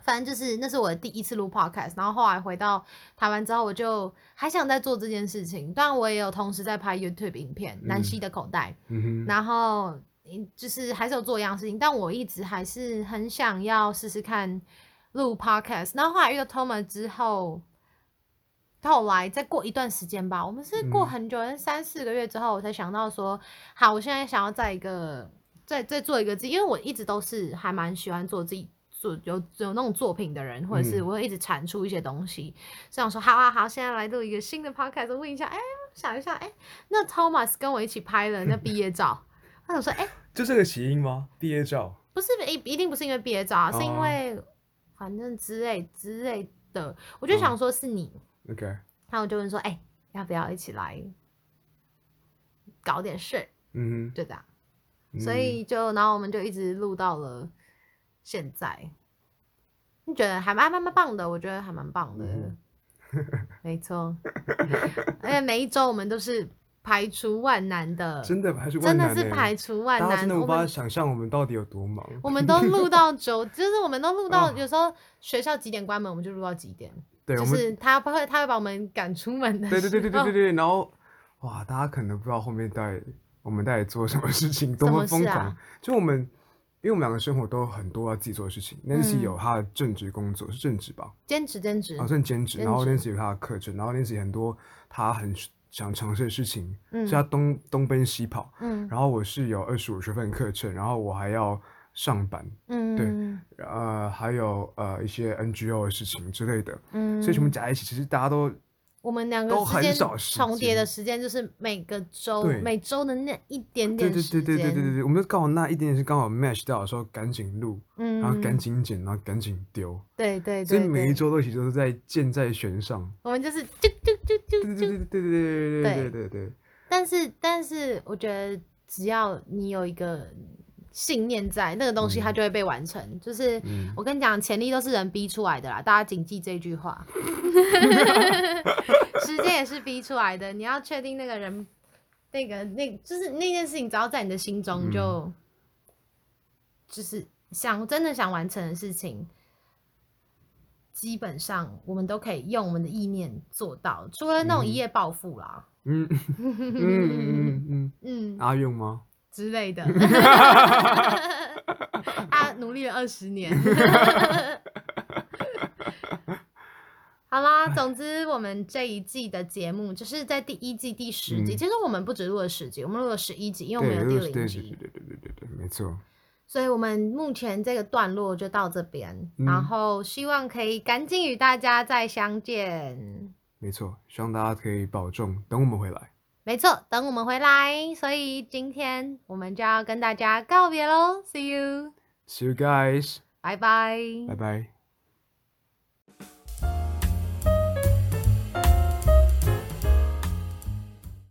A: 反正就是那是我的第一次录 podcast，然后后来回到台湾之后，我就还想再做这件事情，但我也有同时在拍 YouTube 影片《南
B: 嗯
A: 希的口袋》
B: 嗯哼，
A: 然后嗯就是还是有做一样事情，但我一直还是很想要试试看录 podcast。然后后来遇到 Thomas 之后，后来再过一段时间吧，我们是过
B: 嗯
A: 很久，三四个月之后，我才想到说，好，我现在想要在一个再再做一个自己，因为我一直都是还蛮喜欢做自己。做有有那种作品的人，或者是
B: 嗯
A: 我会一直产出一些东西，所以我说好啊好，现在来录一个新的 podcast，问一下，哎、想一下，哎、那 Thomas 跟我一起拍的那毕业 照，他想说，哎、
B: 就这个起因吗？毕业照，
A: 不是一一定不是因为毕业照啊，是因
B: 哦
A: 为反正之类之类的，我
B: 嗯
A: 就想说是你，
B: OK，
A: 然后我就问说，哎、要不要一起来搞点事？
B: 嗯
A: 就这样，
B: 哼，
A: 所以就然后我们就一直录到了现在，你觉得还蛮蛮蛮棒的，我觉得还蛮棒的，
B: 嗯
A: 没 错，而且每一周我们都是排除万难的
B: 嗯。真的还是
A: 呃真
B: 万
A: 的
B: 难
A: 是
B: 欸
A: 排除万
B: 大家
A: 难，
B: 真的
A: 我
B: 无法
A: 们
B: 想象我们到底有多忙，
A: 我们都录 到九，就是我们都录到
B: 哦
A: 有时候学校几点关门，我们就录到几点，
B: 对，
A: 就
B: 我们
A: 是嗯他会他会把我们赶出门的时候。
B: 对对对对对对对，然后哇，大家可能不知道后面在我们在做什么事 情，多
A: 什
B: 么
A: 么
B: 疯
A: 事啊
B: 狂。就我们，因为我们两个生活都有很多要自己做的事情。Nancy
A: 嗯
B: 有她的正职工作，是正职吧？
A: 兼职兼职
B: 啊，，算兼职。然后
A: 兼
B: Nancy 有她的课程，然后 Nancy 很多她很想尝试的事情，所以她
A: 嗯
B: 东东奔西跑。
A: 嗯
B: 然后我是有二十五学分的课程，然后我还要上班，
A: 嗯
B: 呃，还有呃一些 NGO 的事情之类的。
A: 嗯，
B: 所以全部加在一起，其实大家都
A: 我们两个
B: 都
A: 之
B: 很
A: 间
B: 少时
A: 重叠
B: 间
A: 的时间就是每个周
B: 对
A: 每周的那一点点
B: 对对对
A: 时间，
B: 对对对对对，我们就刚好那一点点是刚好 match 到的时候，赶紧录，
A: 嗯，
B: 然后赶紧剪，然后赶紧丢，
A: 对对对，
B: 所以每一
A: 对
B: 周都其实都是在箭在弦上。
A: 我们就是就就就就
B: 对对对
A: 就，
B: 对对对对对对对对，
A: 但是但是我觉得只要你有一个信念在，那个东西它
B: 嗯
A: 就会被完成，就是。
B: 嗯，
A: 我跟你讲，潜力都是人逼出来的啦，大家谨记这句 话。时间也是逼出来的，你要确定那个人，那个那，就是那件事情，只要在你的心中
B: 嗯
A: 就，就是想真的想完成的事情，基本上我们都可以用我们的意念做到，除了那种一夜暴富啦，
B: 嗯嗯嗯嗯
A: 嗯
B: 嗯，阿用吗？
A: 之类 的。他努力了二十 年。好啦，总之我们这一季的节目就是在第一季第十集，
B: 嗯
A: 其实我们不止录了十集，我们录了十一集，因为我
B: 对，
A: 们
B: 对
A: 有
B: 对
A: 第零
B: 对
A: 集
B: 对，对对对对，没错。
A: 所以我们目前这个段落就到这边，
B: 嗯
A: 然后希望可以赶紧与大家再相见。
B: 没错，希望大家可以保重，等我们回来。
A: 没错，等我们回来，所以今天我们就要跟大家告别喽，See you，
B: See you guys，
A: 拜拜
B: 拜拜。